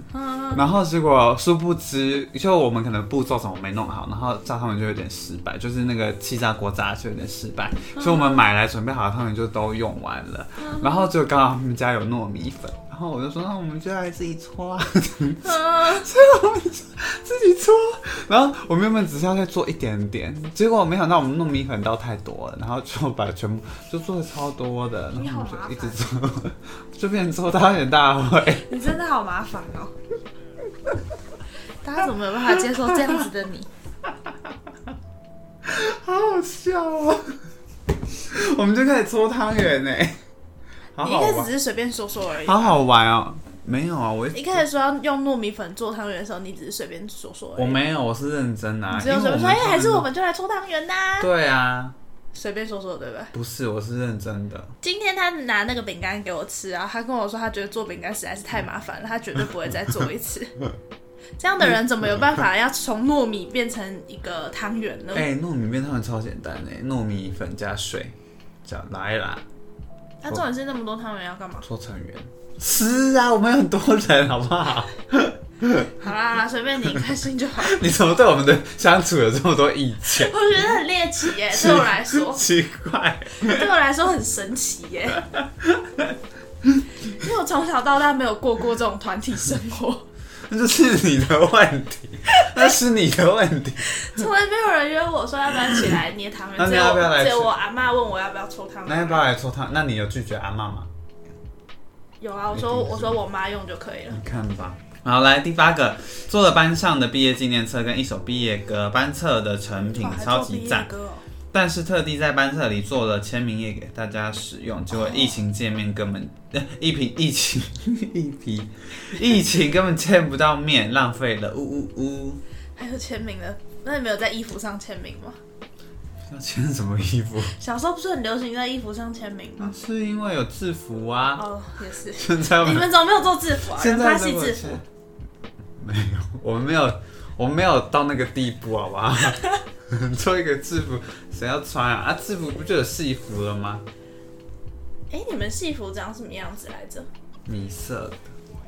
然后结果殊不知，就我们可能步骤什么没弄好，然后炸汤圆就有点失败，就是那个气炸锅炸就有点失败，所以我们买来准备好的汤圆就都用完了，然后就刚好他们家有糯米粉。然后我就说，那我们就来自己搓啊，嗯，所以我们就自己搓。然后我们原本只是要再做一点点，结果没想到我们糯米粉倒太多了，然后就把全部就做的超多的，然你后好我们麻就一直 [LAUGHS] 做，就变成做大点大会。你真的好麻烦哦、大家怎么有办法接受这样子的你？好好笑哦！我们就开始搓汤圆呢， [LAUGHS] 好你好一开始只玩，是随便说说而已。好好玩哦！没有啊，我一开始说要用糯米粉做汤圆的时候，你只是随便说说而已。我没有，我是认真啊，只有因为随我便们说，哎、还是我们就来搓汤圆呐，对嗯啊，随便说说，对不对？不是，我是认真的，今天他拿那个饼干给我吃啊，他跟我说他觉得做饼干实在是太麻烦了，他绝对不会再做一次。 [LAUGHS] 这样的人怎么有办法要从糯米变成一个汤圆呢？哎、糯米面汤圆超简单哎，糯米粉加水，这样来啦，那、重点是那么多汤圆要干嘛？搓成圆。是啊，我们有很多人，好不好？ [LAUGHS] 好啦好啦，随便你开心就好。你怎么对我们的相处有这么多意见？我觉得很猎奇耶、 [LAUGHS] 对我来说， [LAUGHS] 奇怪，对我来说很神奇耶、因为我从小到大没有过过这种团体生活，那就是你的问题， [LAUGHS] 那是你的问题。从来没有人约我说要不要起来捏汤圆，那只你有要不要来只有吃我阿妈问我要不要抽汤圆。那要不要来搓汤？那你有拒绝阿妈吗？有啊，我说我说我妈用就可以了。你看吧。好，来第八个，做了班上的毕业纪念册跟一首毕业歌，班册的成品哇还超做毕级业赞。歌哦但是特地在班册里做了签名页给大家使用，结果疫情见面根本， [LAUGHS] 一瓶疫情一瓶疫情根本见不到面，浪费了，呜呜呜！还哎有签名的，那你没有在衣服上签名吗？要签什么衣服？啊小时候不是很流行在衣服上签名吗？是因为有制服啊。哦，也是。现在我你们们怎么没有做制服啊？ [LAUGHS] 现人在发如系果制是服，没有，我们没有，我们没有到那个地步，好不好？ [LAUGHS] 做一个制服，谁要穿啊？啊，制服不就有戏服了吗？哎、你们戏服长什么样子来着？米色的，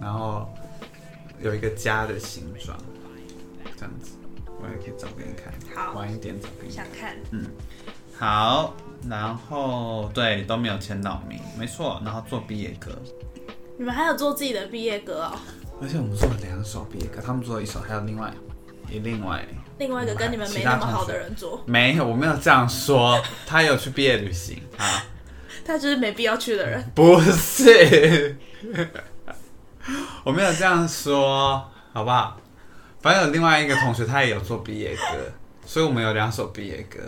然后有一个家的形状，这样子，我也可以找给你看。好晚一点找给你看想。看好，然后对都没有签到名，没错。然后做毕业歌，你们还有做自己的毕业歌哦，而且我们做了两首毕业歌，他们做了一首，还有另外也另外另外一个跟你们没那么好的人做，没有，我没有这样说。他有去毕业旅行啊，他就是没必要去的 [LAUGHS] 人。不是，我没有这样说，好不好？反正有另外一个同学，他也有做毕业歌，所以我们有两首毕业歌。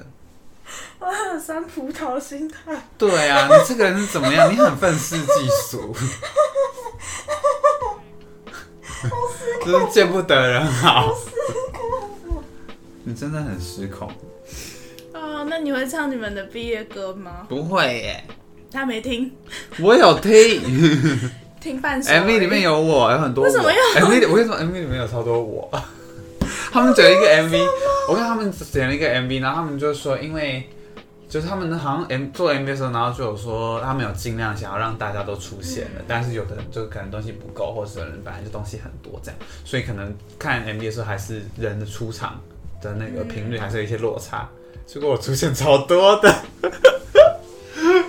啊，酸葡萄心态，对啊，你这个人是怎么样？你很愤世嫉俗，真是见不得人好。你真的很失控。哦，那你会唱你们的毕业歌吗？不会耶，他没听，我有听听半首而已。 MV 里面有我，有很多我。哎为什么要 MV？里我跟你说，MV 里面有超多我。 [LAUGHS] 他们只有 [LAUGHS] 一个 MV，我看他们剪了一个 MV，然后他们就说，因为就是他们好像 M 做 MV 的时候，然后就有说他们有尽量想要让大家都出现了，但是有的人就可能东西不够，或者有人本来就东西很多这样，所以可能看 MV 的时候还是人的出场的那个频率还是有一些落差，结果我出现超多的， [LAUGHS]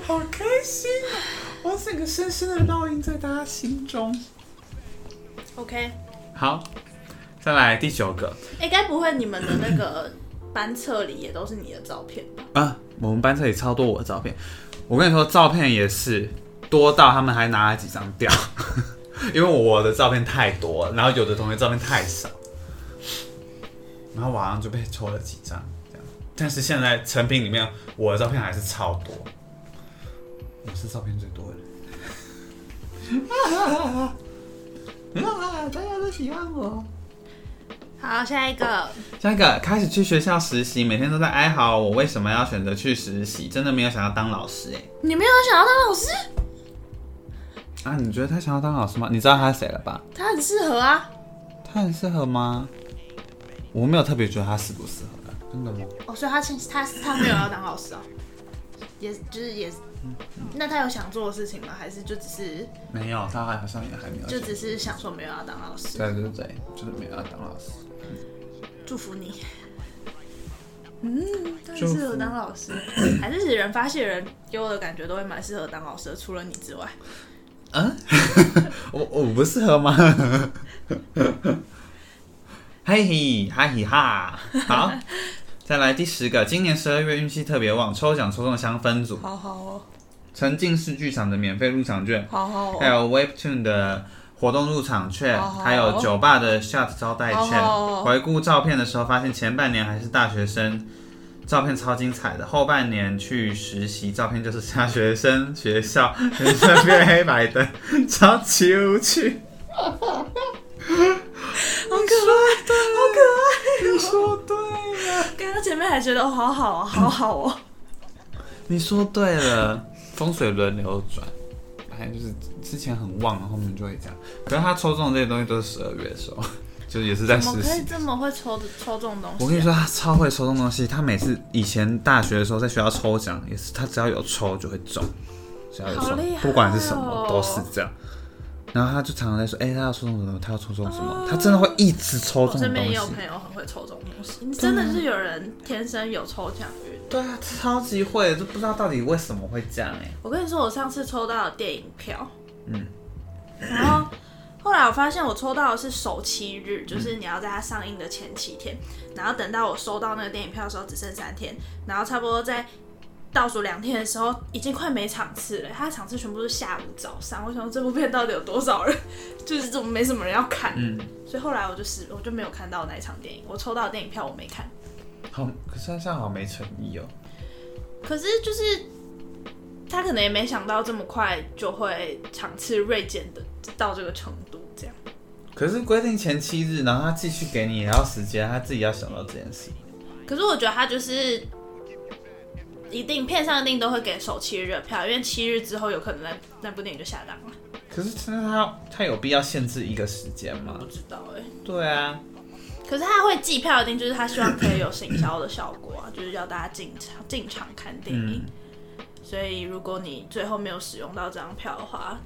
好开心啊！我整个深深的烙印在大家心中。 OK，好，再来第九个哎、该不会你们的那个呃班册里也都是你的照片吧？啊，我们班这里超多我的照片，我跟你说，照片也是多到他们还拿了几张掉， [LAUGHS] 因为我的照片太多，然后有的同学照片太少，然后晚上就被抽了几张这样。但是现在成品里面我的照片还是超多，我是照片最多的人。 [LAUGHS] 啊！大家都喜欢我。好，下一个，下一个开始去学校实习，每天都在哀嚎我为什么要选择去实习，真的没有想要当老师哎、你没有想要当老师？啊，你觉得他想要当老师吗？你知道他是谁了吧？他很适合啊。他很适合吗？我没有特别觉得他适不适合啊，真的吗？哦，所以他其实他他没有要当老师哦，也就是也，那他有想做的事情吗？还是就只是没有，他还好像也还没有。就只是想说没有要当老师？对对对，就是没有要当老师。祝福你。嗯，他很祝福适合当老 [CLEARS THROAT] 师，还是人发现人给我的感觉都会蛮适合当老师的，除了你之外。嗯， [LAUGHS] 我我不适合吗？ [LAUGHS] 嘿嘿，哈嘿哈，好，再来第十个，今年十二月运气特别旺，抽奖抽中香氛组，好好哦，沉浸式剧场的免费入场券，好哦好还，有 Webtoon 的活动入场券，好好还有酒吧的 Shot 招待券。好好回顾照片的时候，发现前半年还是大学生，照片超精彩的；后半年去实习，照片就是大学生学校，人生变黑白的，超级无趣。好可爱，你说好可对了，爱。刚刚前面还觉得哦，好好哦，好好哦。你说对了，风水轮流转。反正就是之前很旺，然后后面就会这样。可是他抽中的这些东西都是十二月的时候，就是也是在怎么实可习以。这么会抽抽中东西、啊？我跟你说，他超会抽中东西。他每次以前大学的时候在学校抽奖，也是他只要有抽就会中，只要有好抽厉害，哦不管是什么都是这样。然后他就常常在说：“哎、他要抽中什么？他要抽中什么？”他真的会一直抽我中身东哦边也西有。朋友很会抽中东西，你真的是有人天生有抽奖运。对啊，超级会，就不知道到底为什么会这样哎、我跟你说，我上次抽到了电影票，嗯，然后后来我发现我抽到的是首期日，就是你要在它上映的前七天，然后等到我收到那个电影票的时候只剩三天，然后差不多在。倒数两天的时候，已经快没场次了。他的场次全部是下午、早上。我想说这部片到底有多少人， [LAUGHS] 就是这种没什么人要看。嗯，所以后来我就是我就没有看到那一场电影。我抽到的电影票我没看，好，可是他这样好没诚意哦、可是就是他可能也没想到这么快就会场次锐减的到这个程度，这样可是规定前七日，然后他继续给你，然后时间他自己要想到这件事情。可是我觉得他就是一定片上一定都会给首七日的票，因为七日之后有可能那那部电影就下档了，可是真的他他有必要限制一个时间吗不？知道哎、对啊，可是他会计票，一定就是他希望可以有行销的效果啊，就是要大家进场进场看电嗯影。所以如果你最后没有使用到这张票的话，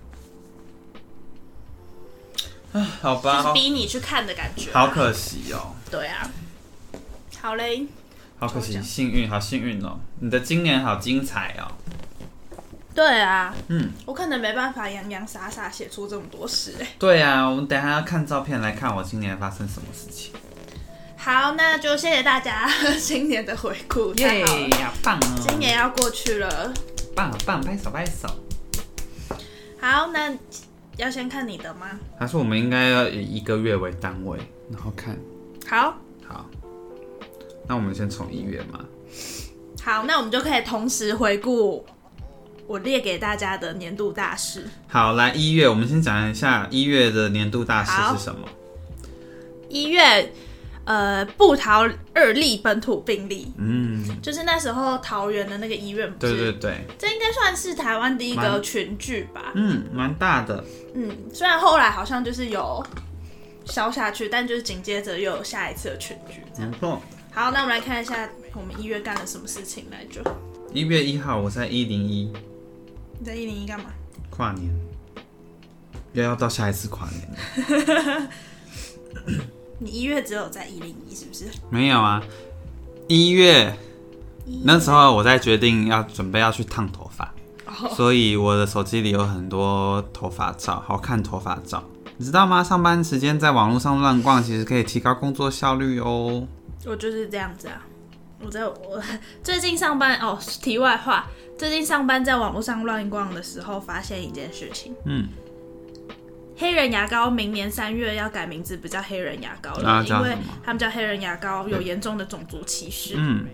好就吧，是逼你去看的感觉、啊好可惜哦，对啊，好嘞，好可惜，抽奖幸运，好幸运哦！你的今年好精彩哦。对啊，嗯，我可能没办法洋洋洒洒写出这么多事、欸。对啊，我们等一下要看照片来看我今年发生什么事情。好，那就谢谢大家 [LAUGHS] 新年的回顾，太好了，好棒哦！今年要过去了。棒好棒，拍手拍手。好，那要先看你的吗？还是我们应该要以一个月为单位，然后看好，好。那我们先从一月嘛。好，那我们就可以同时回顾我列给大家的年度大事。好，来一月，我们先讲一下一月的年度大事好是什么。一月，呃，布桃二例本土病例，嗯，就是那时候桃园的那个医院，不对是？对对，这应该算是台湾第一个蛮群聚吧？嗯，蛮大的。嗯，虽然后来好像就是有消下去，但就是紧接着又有下一次的群聚这样。没错。好，那我们来看一下我们一月干了什么事情来着？一月一号，我在一零一你在一零一干嘛？跨年，又要到下一次跨年了。你一月只有在一零一，是不是？没有啊，一月一那时候我在决定要准备要去烫头发，所以我的手机里有很多头发照，好看头发照。你知道吗？上班时间在网络上乱逛，其实可以提高工作效率哦。我就是这样子啊。我在我呃最近上班哦，题外话，最近上班在网络上乱逛的时候，发现一件事情，嗯，黑人牙膏明年三月要改名字，不叫黑人牙膏了，那啊叫因为什么他们叫黑人牙膏有严重的种族歧视，嗯，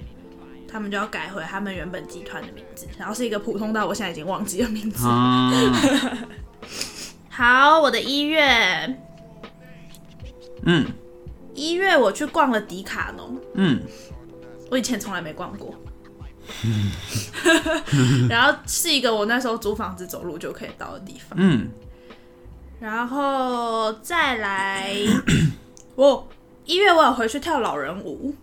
他们就要改回他们原本集团的名字，然后是一个普通到我现在已经忘记的名字。啊， [LAUGHS] 好，我的一月嗯一月我去逛了迪卡侬，嗯，我以前从来没逛 [LAUGHS] 过。然后是一个我那时候租房子走路就可以到的地方，嗯，然后再来， [COUGHS] 我一月我有回去跳老人舞，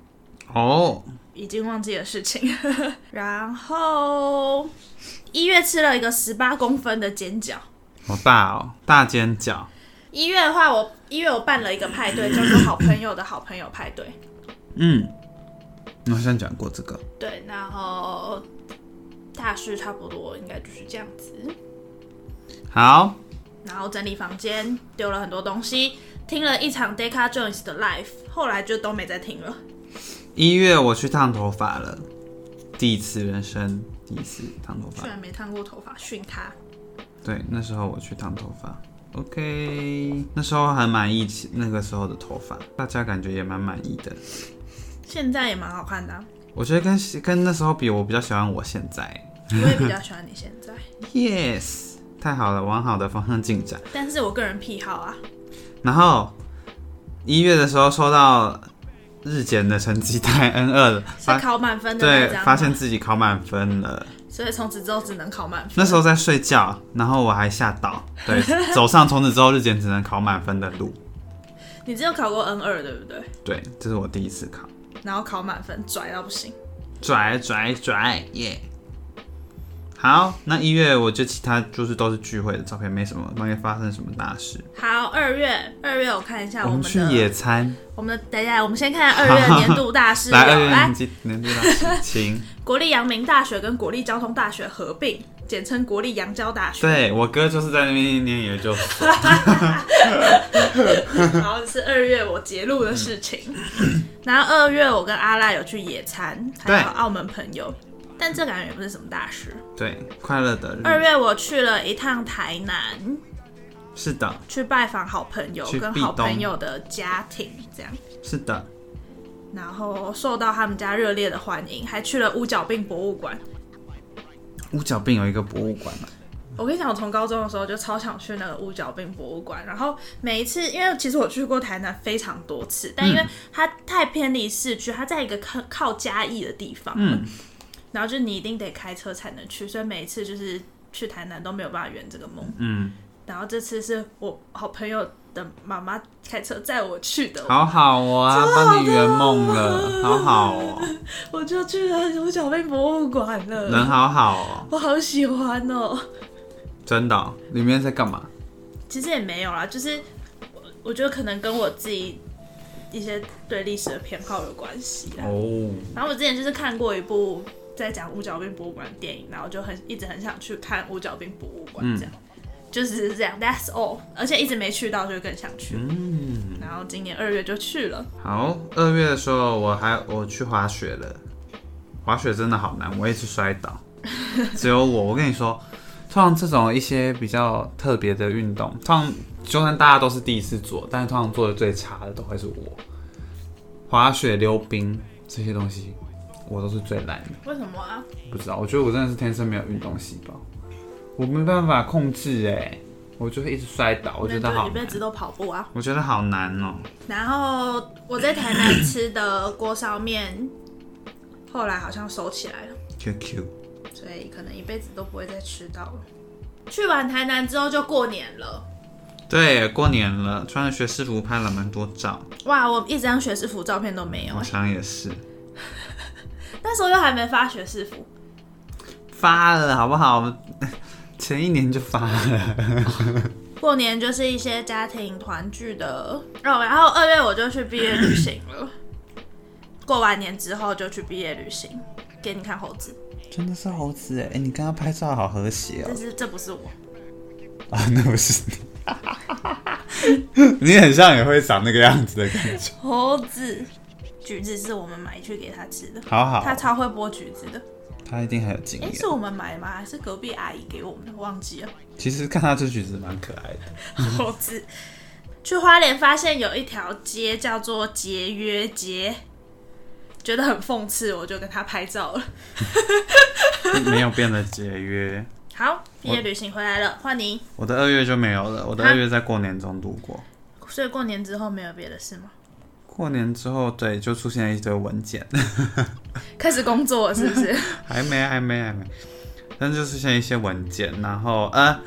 哦，已经忘记了事情。 [LAUGHS] 然后一月吃了一个十八公分的煎饺。好大哦，大尖角，一月的话我，一月我办了一个派对，叫做好朋友的好朋友派对。嗯，我好像讲过这个，对，然后大事差不多应该就是这样子。好，然后整理房间，丢了很多东西，听了一场 Deca Jones 的 Live，后来就都没再听了。一月我去烫头发了，第一次人生第一次烫头发居，然没烫过头发，训他。对，那时候我去烫头发，OK，那时候很满意其那个时候的头发，大家感觉也蛮满意的。现在也蛮好看的啊、我觉得跟跟那时候比，我比较喜欢我现在。我也比较喜欢你现在， Yes，太好了，往好的方向进展。但是我个人癖好啊，然后一月的时候收到日检的成绩太 N 二了，是发考满分的那对张吗，发现自己考满分了。所以从此之后只能考满分。那时候在睡觉，然后我还吓到， [LAUGHS] 对，走上从此之后日检只能考满分的路。你只有考过 N 二对不对？对，这是我第一次考。然后考满分，拽到不行。拽拽拽耶！好，那一月我就其他就是都是聚会的照片，没什么没发生什么大事。好，二月，二月我看一下我我们们去的，野餐，我们的等一下，我们先看二月年度大事有 [LAUGHS] 来二月来年纪年纪大事 [LAUGHS] 情。国立阳明大学跟国立交通大学合并，简称国立阳交大学。对我哥就是在那边念研究所，然后是二月我截录的事情，嗯然后二月我跟阿赖有去野餐，还有对澳门朋友，但这感觉也不是什么大事。对，快乐的二日月我去了一趟台南，是的，去拜访好朋友去跟避好朋冬友的家庭，这样，是的，然后受到他们家热烈的欢迎，还去了乌角病博物馆。五角病有一个博物馆嘛，我跟你讲，我从高中的时候就超想去那个乌角病博物馆，然后每一次，因为其实我去过台南非常多次，但因嗯为它太偏离市区，它在一个靠靠嘉义的地方，嗯，然后就你一定得开车才能去，所以每一次就是去台南都没有办法圆这个梦。嗯，然后这次是我好朋友的妈妈开车载我去的，好好哦啊，帮你圆梦了，好好哦，我就去了五角病博物馆人了，好好哦，我好喜欢哦。真的哦、里面在干嘛？其实也没有啦，就是我我觉得可能跟我自己一些对历史的偏好有关系啦。哦，然后我之前就是看过一部在讲五角兵博物馆的电影，然后就很一直很想去看五角兵博物馆这样，嗯就只是这样，That's all。而且一直没去到，就更想去。嗯。然后今年二月就去了，好，二月的时候我还我去滑雪了，滑雪真的好难，我一直摔 [LAUGHS] 倒。只有我，我跟你说，通常这种一些比较特别的运动，通常就算大家都是第一次做，但是通常做的最差的都会是我。滑雪、溜冰这些东西，我都是最烂的。为什么啊？不知道，我觉得我真的是天生没有运动细胞，我没办法控制哎、我就会一直摔倒，我觉得那就好一难辈，子都跑步啊。我觉得好难哦、然后我在台南吃的锅烧面，后来好像收起来了。 QQ，所以可能一辈子都不会再吃到了。去完台南之后就过年了，对，过年了，穿着学士服拍了蛮多照，哇！我一张学士服照片都没有我欸、想也是那时候又还没发学士服，发了好不好？ [LAUGHS] 前一年就发了，过年就是一些家庭团聚的，哦，然后二月我就去毕业旅行了， [COUGHS] 过完年之后就去毕业旅行，给你看猴子，真的是猴子哎！你跟他拍照好和谐 [LAUGHS] 哦但。是这不是我，啊，那不是你，你很像也会长那个样子的感觉。猴子，橘子是我们买去给他吃的，好好，他超会剥橘子的，他一定很有经哎、验。是我们买的吗？还是隔壁阿姨给我们的？忘记了。其实看他这举止蛮可爱的。猴子。去花莲发现有一条街叫做节约街，觉得很讽刺，我就跟他拍照了。没有变得节约。好，毕业旅行回来了，换你。我的二月就没有了，我的啊二月在过年中度过。所以过年之后没有别的事吗？过年之后，对，就出现了一堆文件，开始工作了是不是？还没，还没，还没，但就出现一些文件，然后呃，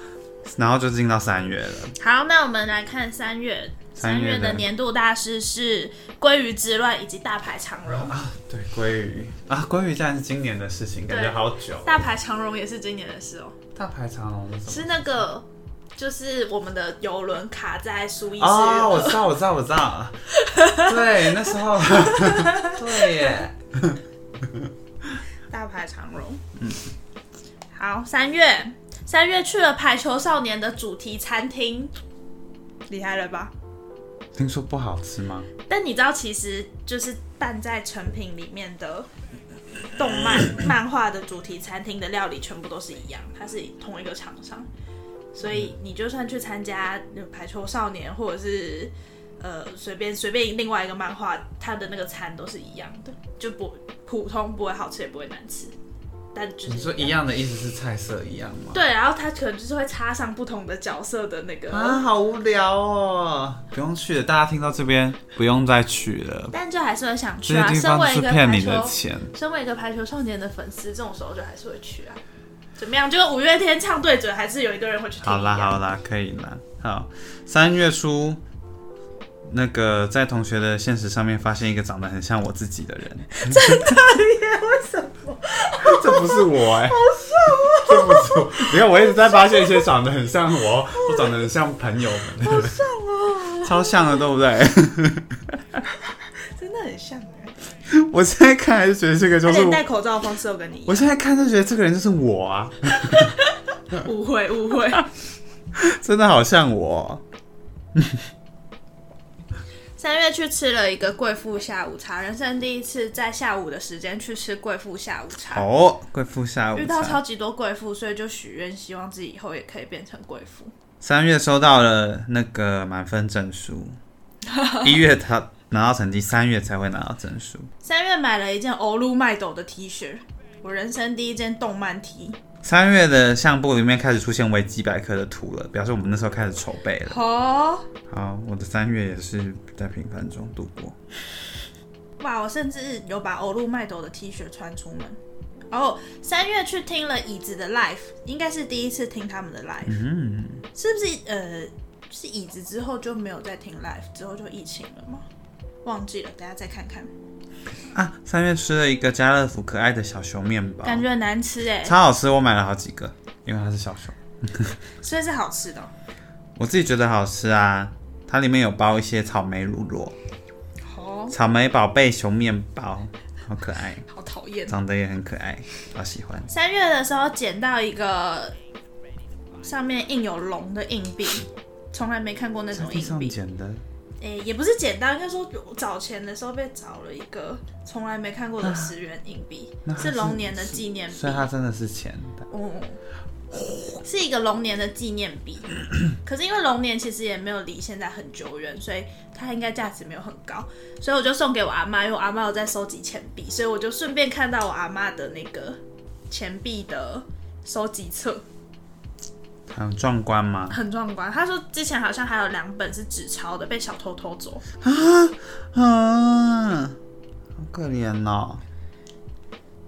然后就进到三月了。 [LAUGHS] 好，那我们来看三月。三三月的月的年度大事是《鲑鱼之乱》以及《大牌长荣》。对，鲑鱼啊，鲑鱼竟然是今年的事情，感觉对好久。大牌长荣也是今年的事哦，大排长龙是什是么？那个就是我们的游轮卡在苏伊士哦，我运河知道，我知道，我 [LAUGHS] 知道。对，那时候，对耶。大牌长荣。嗯，好，三月，三月去了排球少年的主题餐厅，厉害了吧？听说不好吃吗？但你知道，其实就是拌在成品里面的动 [LAUGHS] 漫漫画的主题餐厅的料理全部都是一样，它是同一个厂商，所以你就算去参加呃排球少年或者是。呃，随便随便另外一个漫画，它的那个餐都是一样的，就不普通不会好吃也不会难吃，但就是你说一样的意思是菜色一样吗？对，然后他可能就是会插上不同的角色的那个，啊，好无聊哦！不用去了，大家听到这边不用再去了。但就还是会想这去些啊。地身方为是一个骗排你的球，钱，身为一个排球少年的粉丝，这种时候就还是会去啊。怎么样？就是五月天唱对嘴，还是有一个人会去听。好啦好，啦，可以啦。好，三月初，那个在同学的现实上面发现一个长得很像我自己的 [LAUGHS] 人，真的耶？ [LAUGHS] 为什么？这不是我哎、好像哦，这不是我。你看，我一直在发现一些长得很像我，我长得很像朋友们，好像哦，超像的，对不对？ [LAUGHS] 真的很像哎、我现在看还是觉得这个他就是连我戴口罩的方式都跟你一我样。现在看就觉得这个人就是我啊， [LAUGHS] 误会误会。真的好像我。三月去吃了一个贵妇下午茶，人生第一次在下午的时间去吃贵妇下午茶。哦，贵妇下午遇到超茶。级多贵妇，所以就许愿，希望自己以后也可以变成贵妇。三月收到了那个满分 [LAUGHS] 证书，一月他拿到成绩，三月才会拿到证书。三月买了一件欧陆麦斗的 T 恤，我人生第一件动漫 T，三月的相簿里面开始出现维基百科的图了，表示我们那时候开始筹备了。哦，好，我的三月也是在平凡中度过。哇！我甚至有把欧陆麦斗的 T 恤穿出门。哦，三月去听了椅子的 Live，应该是第一次听他们的 Live，、嗯，是不是？呃，是椅子之后就没有再听 Live，之后就疫情了吗？忘记了，等下再看看。啊，三月吃了一个家乐福可爱的小熊面包，感觉很难吃哎、超好吃，我买了好几个，因为它是小熊。所以是好吃的哦、我自己觉得好吃啊，它里面有包一些草莓乳酪、哦，草莓宝贝熊面包，好可爱，好讨厌。哦长得也很可爱，好喜欢。三月的时候捡到一个上面印有龙的硬币，从来没看过那在种地硬上币。捡的，诶、也不是捡到，应该说我找钱的时候被找了一个从来没看过的十元硬币那，它是龙年的纪念币所以。它真的是钱的。嗯，是一个龙年的纪念币。可是因为龙年其实也没有离现在很久远，所以它应该价值没有很高，所以我就送给我阿妈，因为我阿妈有在收集钱币，所以我就顺便看到我阿妈的那个钱币的收集册，很嗯壮观吗？很壮观。她说之前好像还有两本是纸钞的，被小偷偷走。啊，好可怜哦。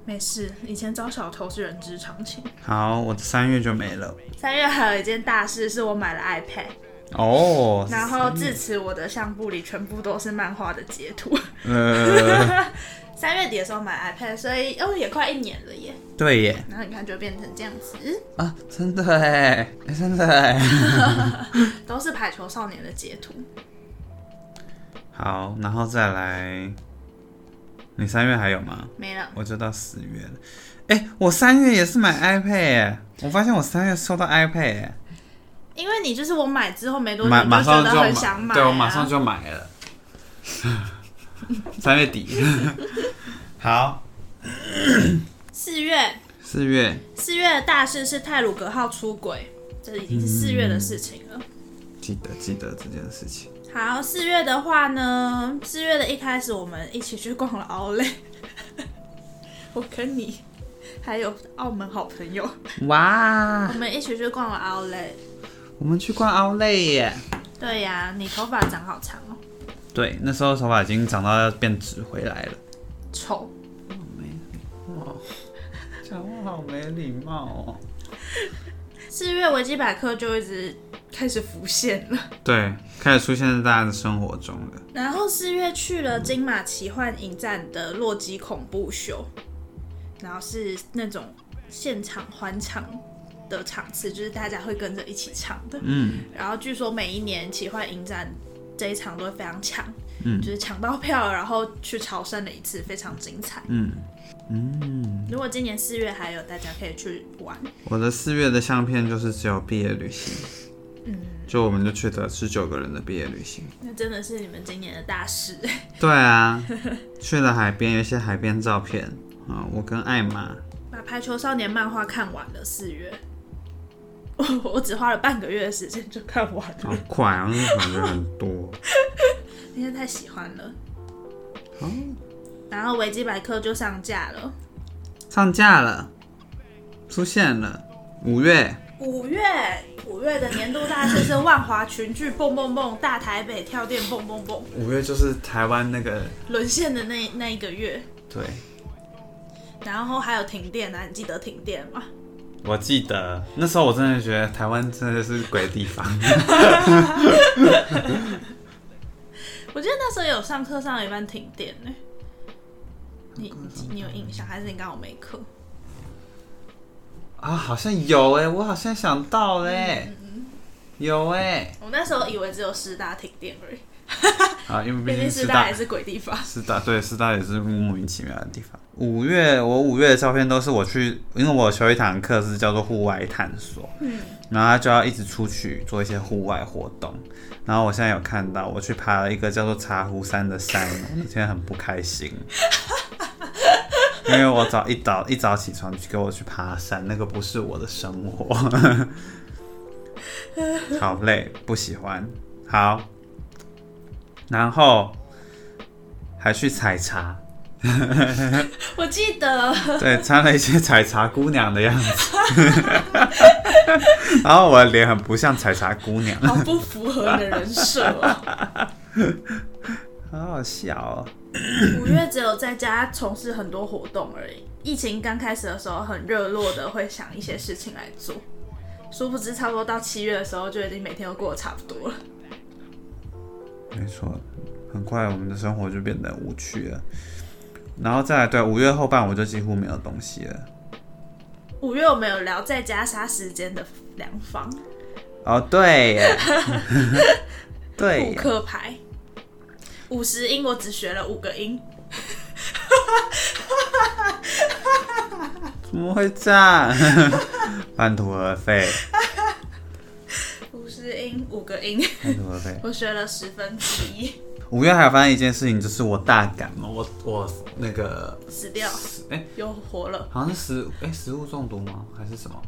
没事，以前招小偷是人之常情。好，我的三月就没了。三月还有一件大事是我买了 iPad，哦，然后自此我的相簿里全部都是漫画的截图。呃， [LAUGHS] 三月底的时候买 iPad，所以哦也快一年了耶。对耶，然后你看就变成这样子，啊，真的哎，哎真的哎。都是排球少年的截图。好，然后再来，你三月还有吗？没了，我就到四月了。哎、我三月也是买 iPad，、欸、我发现我三月收到 iPad，、欸、因为你就是我买之后没多久马马就觉上得就很想买、啊，对我马上就买了，三月底。好，四月，四月四月的大事是泰鲁格号出轨，这已经嗯是四月的事情了。记得记得这件事情。好，四月的话呢，四月的一开始我们一起去逛了奥莱， [LAUGHS] 我跟你还有澳门好朋友，哇我，们一起去逛了奥莱。我们去逛奥莱耶。对呀、你头发长好长哦，对，那时候头发已经长到要变直回来了。丑。哇，讲话好没礼貌哦。四月维基百科就一直开始浮现了。对，开始出现在大家的生活中了。然后四月去了金马奇幻影展的洛基恐怖秀，然后是那种现场欢唱的场次，就是大家会跟着一起唱的。嗯，然后据说每一年奇幻影展这一场都会非常抢，嗯，就是抢到票，然后去朝圣了一次，非常精彩。嗯嗯，如果今年四月还有，大家可以去玩。我的四月的相片就是只有毕业旅行，嗯就我们就去的十九个人的毕业旅行。那真的是你们今年的大事。对啊，去了海边，有一些海边照片啊、我跟艾玛，把《排球少年》漫画看完了，四月。我我只花了半个月的时间就看完了，好快啊，那感觉很多。 [LAUGHS] 因为太喜欢了。哦，然后维基百科就上架了，上架了，出现了，五月五月五月的年度大事是万华群聚蹦蹦蹦，大台北跳电蹦蹦蹦，五月就是台湾那个沦陷的那那一个月，对，然后还有停电啊，你记得停电吗？我记得那时候我真的觉得台湾真的是鬼地方。我记得那时候有上课上了一半停电呢、你你你有印象还是你刚好没课？ [LAUGHS] 啊，好像有哎、我好像想到嘞、有哎、我那时候以为只有师大停电而已，啊，因为毕毕竟竟师师大大也是鬼地方。师大对师大也是莫名其妙的地方。五月我五月的照片都是我去，因为我有修一堂课是叫做户外探索，嗯，然后他就要一直出去做一些户外活动。然后我现在有看到我去爬了一个叫做茶壶山的山，哦我那天很不开心，因为我早一早一早起床去给我去爬山，那个不是我的生活， [LAUGHS] 好累，不喜欢。好，然后还去采茶， [LAUGHS] [LAUGHS] 我记得对，穿了一些采茶姑娘的样子， [LAUGHS] 然后我的脸很不像采茶姑娘，好不符合你的人设哦。好好笑哦。五月只有在家从事很多活动而已。疫情刚开始的时候，很热络的会想一些事情来做，殊不知差不多到七月的时候，就已经每天都过得差不多了。没错，很快我们的生活就变得无趣了。然后再来，对，五月后半我就几乎没有东西了。五月我们有聊在家杀时间的良方，哦，对 [LAUGHS] 耶，对扑耶，克牌，五十音我只学了五个音，怎么会这样？ [LAUGHS] 半途而废，五十音五个音，半途而废。我学了十分之一，五月还有发生一件事情，就是我大感冒，我我那个死掉哎、又活了。好像是食哎、食物中毒吗？还是什么？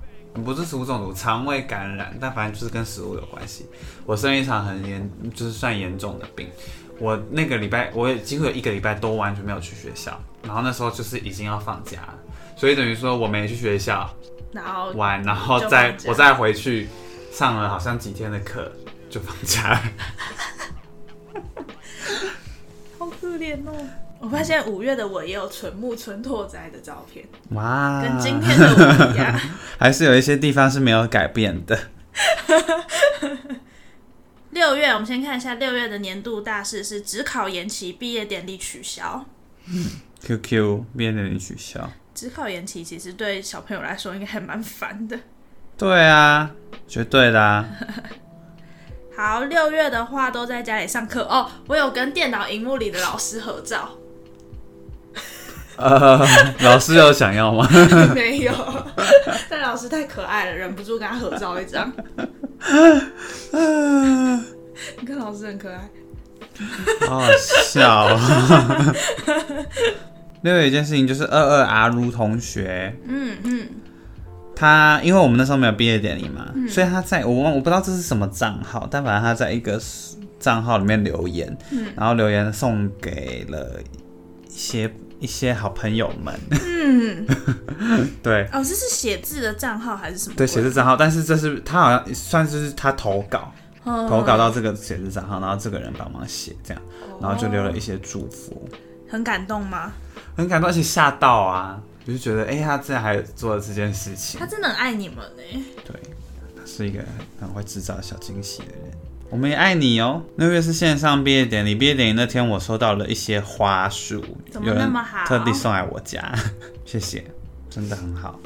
不是食物中毒，肠胃感染，但反正就是跟食物有关系。我生了一场很严，就是算严重的病。我那个礼拜，我也几乎有一个礼拜都完全没有去学校，然后那时候就是已经要放假了，所以等于说我没去学校然后玩，然后就再放假我再回去上了好像几天的课就放假了。好可怜哦！我发现五月的我也有纯木村拓哉的照片， [LAUGHS] 哇跟今天的我一样。 [LAUGHS] 还是有一些地方是没有改变的。六月，我们先看一下六月的年度大事是只考研期毕业典礼取消。 QQ 面临取消。只考延期其实对小朋友来说应该还蛮烦的。对啊，绝对的啊。好，六月的话都在家里上课哦。我有跟电脑荧幕里的老师合照，呃， [LAUGHS] 老师有想要吗？没有， [LAUGHS] 但老师太可爱了，忍不住跟他合照一张。你看老师很可爱，好好笑、哦。 [LAUGHS] 另外一件事情就是二二阿如同学，嗯嗯，他因为我们那时候没有毕业典礼嘛，所以他在我忘我不知道这是什么账号，但反正他在一个账号里面留言，嗯然后留言送给了一些一些好朋友们，嗯， [LAUGHS] 对哦，这是写字的账号还是什么对鬼？写字账号，但是这是他好像算是他投稿。嗯哦投稿到这个写字账号，然后这个人帮忙写这样，然后就留了一些祝福，很感动吗？很感动，而且吓到啊！我就觉得，哎、他竟然还做了这件事情他，真的很爱你们欸呢、对，他是一个很会制造小惊喜的人。我们也爱你哦。六月是线上毕业典礼，毕业典礼那天我收到了一些花束，怎么有那人么好特地送来我家， [LAUGHS] 谢谢，真的很好。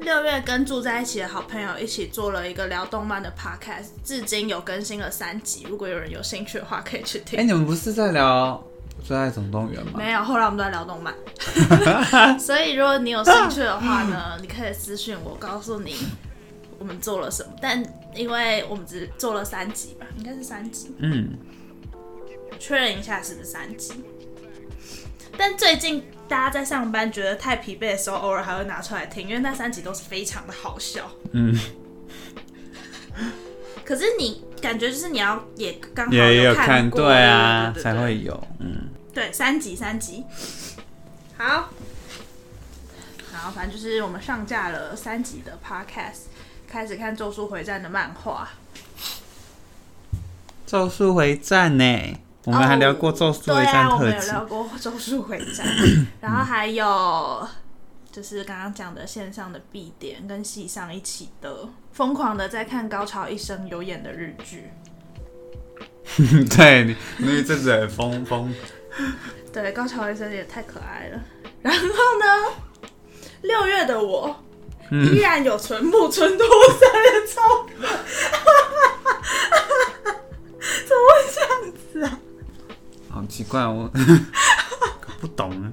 六月跟住在一起的好朋友一起做了一个聊动漫的 podcast，至今有更新了三集。如果有人有兴趣的话，可以去哎、听。你们不是在聊《最爱总动员》吗？没有，后来我们都在聊动漫，所以如果你有兴趣的话呢，你可以私信我，告诉你我们做了什么。但因为我们只做了三集吧，应该是三集，嗯，确认一下是不是三集。但最近大家在上班觉得太疲惫的时候，偶尔还会拿出来听，因为那三集都是非常的好笑。嗯， [LAUGHS] 可是你感觉就是你要也刚好也有看看，过，对啊，对对对才会有，嗯。对三集三集。好，然后反正就是我们上架了三集的 podcast，开始看《咒术回战》的漫画。咒术回战呢，我们还聊过咒术哦对回战啊，我特们有辑，聊过《咒术回 [COUGHS] 战》，然后还有就是刚刚讲的线上的必点跟系上一起的疯狂的在看高潮一生有演的日剧。 [LAUGHS] 对你，你这阵疯疯，对，高桥医生也太可爱了。然后呢，六月的我、依然有存木村拓哉的照片，怎么会这样子啊？好奇怪，哦我 [LAUGHS] 搞不懂啊，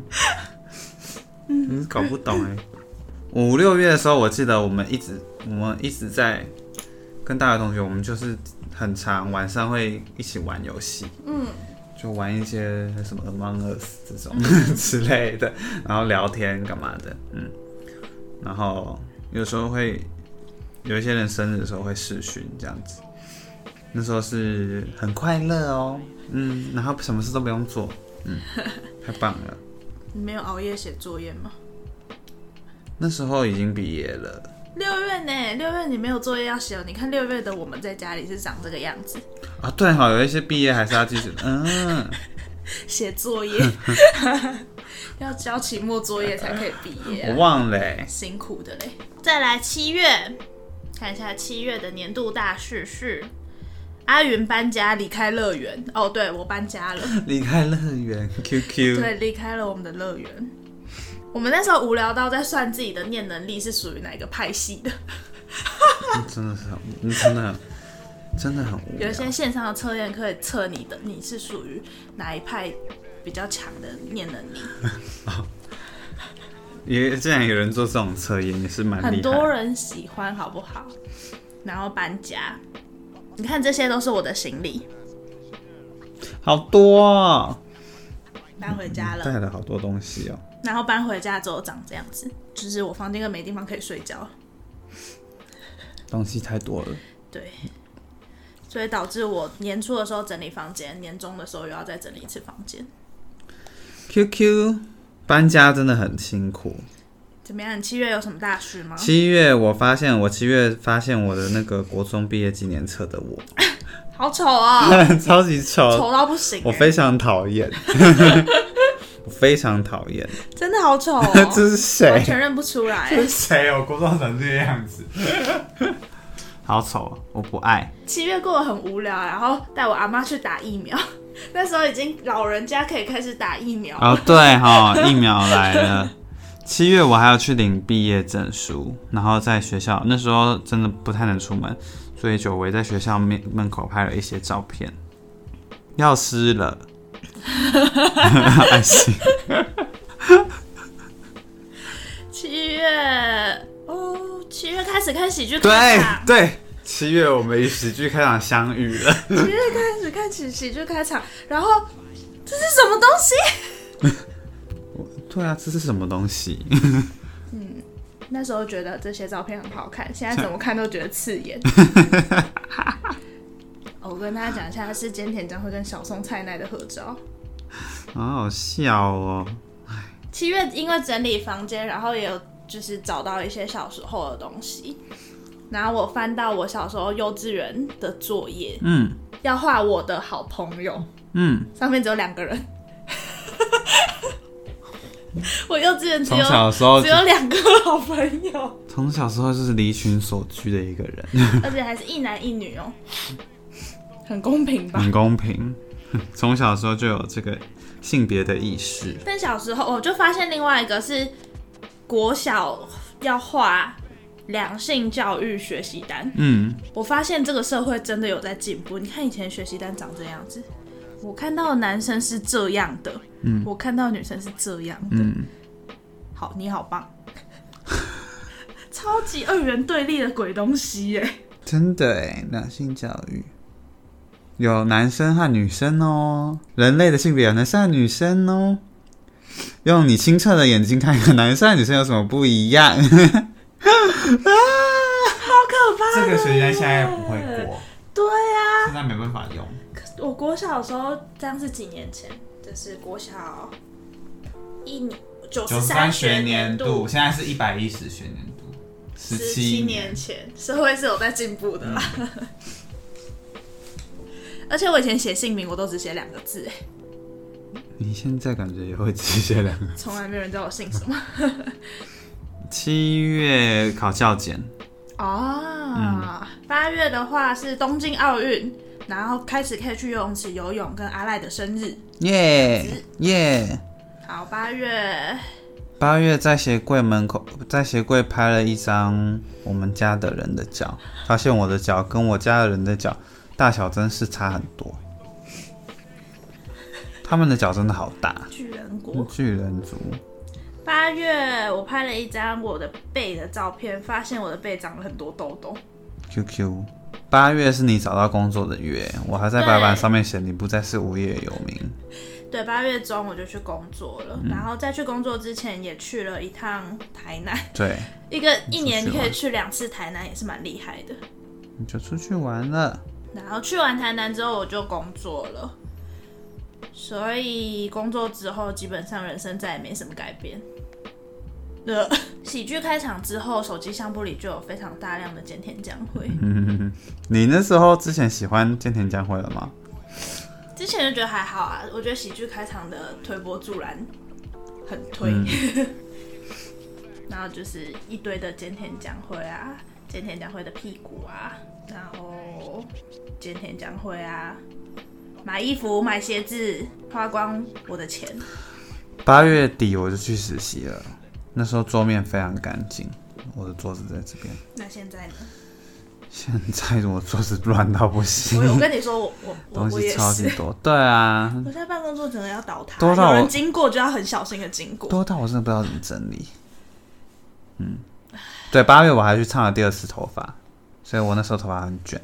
嗯，搞不懂哎。五六月的时候，我记得我们一直我们一直在跟大学同学，我们就是很常晚上会一起玩游戏，嗯，就玩一些什么 Among Us 这种 [LAUGHS] 之类的，然后聊天干嘛的，嗯，然后有时候会有一些人生日的时候会视讯这样子，那时候是很快乐哦，嗯，然后什么事都不用做，嗯，太棒了。你没有熬夜写作业吗？那时候已经毕业了，六月呢？六月你没有作业要写哦。你看六月的我们在家里是长这个样子，啊，对哈、有一些毕业还是要继续， [LAUGHS] 嗯，写作业， [LAUGHS] 要交期末作业才可以毕业、啊我。忘了、欸，辛苦的嘞。再来七月，看一下七月的年度大事是阿云搬家离开乐园。哦，对我搬家了，离开乐园对， QQ，离开了我们的乐园。我们那时候无聊到在算自己的念能力是属于哪个派系 [LAUGHS] 的，真的是很，你真的很真的很无聊有一，些线上的测验可以测你的，你是属于哪一派比较强的念能力。也竟然有人做这种测验，也是蛮厉害的。很多人喜欢，好不好？然后搬家，你看这些都是我的行李好多、哦，搬回家了。带了好多东西哦。然后搬回家之后长这样子，就是我房间根本没地方可以睡觉，东西太多了，对，所以导致我年初的时候整理房间，年终的时候又要再整理一次房间。 QQ 搬家真的很辛苦。怎么样？你七月有什么大事吗？七月我发现，我七月发现我的那个国中毕业纪念册的我， [LAUGHS] 好丑哦，超级丑丑，到不行、欸我非常讨厌， [LAUGHS] 我非常讨厌。真的好丑这哦， [LAUGHS] 是完谁？全认不出来。 [LAUGHS] 谁哦？国中成这个样子， [LAUGHS] 好丑哦，我不爱。七月过得很无聊，然后带我阿妈去打疫苗， [LAUGHS] 那时候已经老人家可以开始打疫苗了。哦，对哈、疫苗来了。七月我还要去领毕业证书，然后在学校那时候真的不太能出门，所以久违在学校面门口拍了一些照片，要湿了，爱心七月哦，七月开始看喜剧开对场，对，七月我们以喜剧开场相遇了， [LAUGHS] 七月开始看喜喜剧开场，然后这是什么东西？对啊，这是什么东西？ [LAUGHS] 那时候觉得这些照片很好看，现在怎么看都觉得刺 [LAUGHS] 眼。哦我跟大家讲一下，是菅田将晖跟小松菜奈的合照。好好笑哦，七月因为整理房间，然后也有就是找到一些小时候的东西，然后我翻到我小时候幼稚园的作业，嗯要画我的好朋友，嗯，上面只有两个人。 [LAUGHS] 我幼稚园只从有小的时候只有两个好朋友， [LAUGHS] 从小时候就是离群所居的一个人，而且还是一男一女哦，嗯很公平吧？很公平， [LAUGHS] 从小的时候就有这个性别的意识。但小时候我就发现另外一个是国小要画两性教育学习单，嗯，我发现这个社会真的有在进步。你看以前学习单长这样子，我看到的男生是这样的，嗯我看到的女生是这样的。嗯，好，你好棒， [LAUGHS] 超级二元对立的鬼东西耶！真的哎，两性教育有男生和女生哦，人类的性别有男生和女生哦。用你清澈的眼睛看看男生和女生有什么不一样？好可怕 [LAUGHS] 这的耶，个学习单现在不会过，对呀、 [LAUGHS] 现在没办法用。我国小的时候，这样是几年前，这是国小一年九九十三哦学学年度度，，现在是一百一十学年度，十十七年。前，嗯社会是有在进步的啦。 [LAUGHS] 而且我以前写姓名，我都只写两个字，哎你现在感觉也会记这两个？从来没有人知道我姓 [LAUGHS] 什么。七月考教检，哦，八月的话是东京奥运，然后开始可以去游泳池游泳，跟阿赖的生日。耶耶！好，八月八月在鞋柜门口，在鞋柜拍了一张我们家的人的脚，发现我的脚跟我家的人的脚大小真是差很多。他们的脚真的好大，巨人国，巨人族。八月我拍了一张我的背的照片，发现我的背长了很多痘痘。 QQ。八月是你找到工作的月，我还在白板上面写你不再是无业游民。对，八月中我就去工作了，然后在去工作之前也去了一趟台南，对，一个一年出去可以玩去两次台南，也是蛮厉害的。你就出去玩了。然后去完台南之后我就工作了，所以工作之后基本上人生再也没什么改变。呃，喜剧开场之后，手机相簿里就有非常大量的菅田将晖。嗯，你那时候之前喜欢菅田将晖了吗？之前就觉得还好啊，我觉得喜剧开场的推波助澜很推，嗯 [LAUGHS] 然后就是一堆的菅田将晖啊，菅田将晖的屁股啊，然后菅田将晖啊，买衣服、买鞋子，花光我的钱。八月底我就去实习了，那时候桌面非常干净，我的桌子在这边。那现在 [LAUGHS] 呢？现在我桌子乱到不行我，我跟你说，我我我 [LAUGHS] 东我西也超级是，多。对啊，我在办公桌整个要倒塌，多到有人我经过就要很小心的经过。多到我真的不知道怎么整理。嗯，对，八月我还去烫了第二次头发，所以我那时候头发很卷。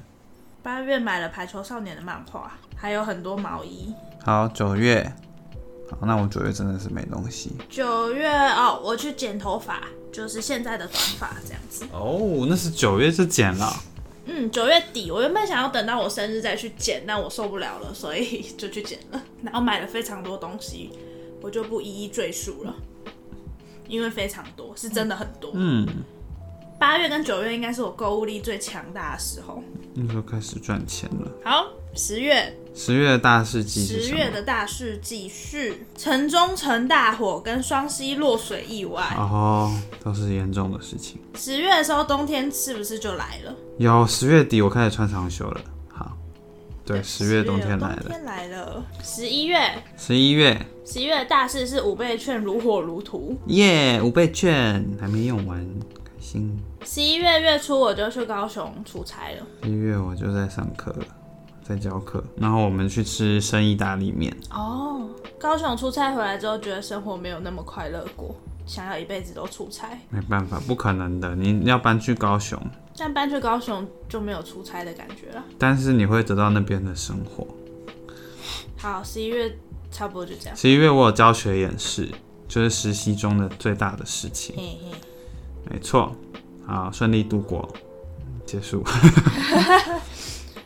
八月买了《排球少年》的漫画，还有很多毛衣。好，九月，好，那我九月真的是没东西九月哦，我去剪头发，就是现在的短发这样子。哦。那是九月就剪了，嗯，九月底我原本想要等到我生日再去剪，但我受不了了，所以就去剪了。 [LAUGHS] 然后买了非常多东西，我就不一一赘述了，因为非常多，是真的很多。嗯，八月跟九月应该是我购物力最强大的时候。那时候开始赚钱了。好，十月十月的大事记是十什么？月的大事继续，城中城大火跟双溪落水意外。哦，都是严重的事情。十月的时候，冬天是不是就来了？有十月底我开始穿长袖了。好，对，十月冬天来冬了，天来了，十一月，十一月十一月的大事是五倍券如火如荼。耶，五倍券还没用完，开心。十一月月初我就去高雄出差了。十一月我就在上课了，在教课，然后我们去吃生意大利面，哦，高雄出差回来之后，觉得生活没有那么快乐过，想要一辈子都出差。没办法，不可能的，你要搬去高雄，但搬去高雄就没有出差的感觉了。但是你会得到那边的生活。好，十一月差不多就这样。十一月我有教学演示，就是实习中的最大的事情。嘿嘿，没错，好，顺利度过，结 [LAUGHS] 束。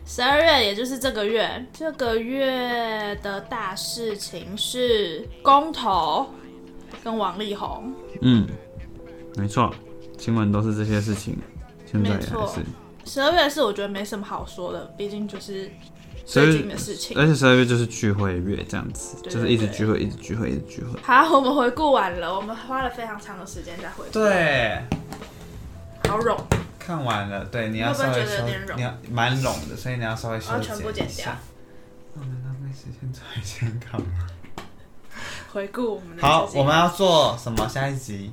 十二月也就是这个月，这个月的大事情是公投跟王力宏。嗯，没错，新闻都是这些事情，现在也没还错是。十二月是我觉得没什么好说的，毕竟就是所以最近的事情而且十二月就是聚会月这样子，对就是一直对聚会，一直聚会，一直聚会。好，我们回顾完了，我们花了非常长的时间在回顾，对，好冗，看完了，对，你要会不稍会微觉得有点收，冗你要蛮拢的，所以你要稍微然修后全部剪剪一掉下。。哦我们浪费时间做一件干嘛？回顾我们的好自，己我们要做什么？下一集，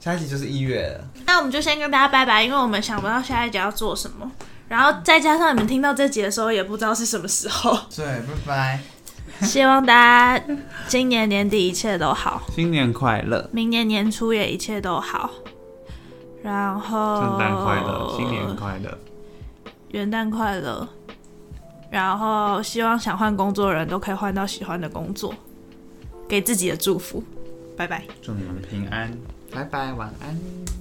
下一集就是一月了。那我们就先跟大家拜拜，因为我们想不到下一集要做什 [LAUGHS] 么，然后再加上你们听到这集的时候也不知道是什么时 [LAUGHS] 候，对，拜拜，希望大家今年年底一切都好，新年快乐，明年年初也一切都好，然后圣诞快乐，新年快乐，元旦快乐，然后希望想换工作的人都可以换到喜欢的工作，给自己的祝福，拜拜。祝你们平安，拜拜，晚安。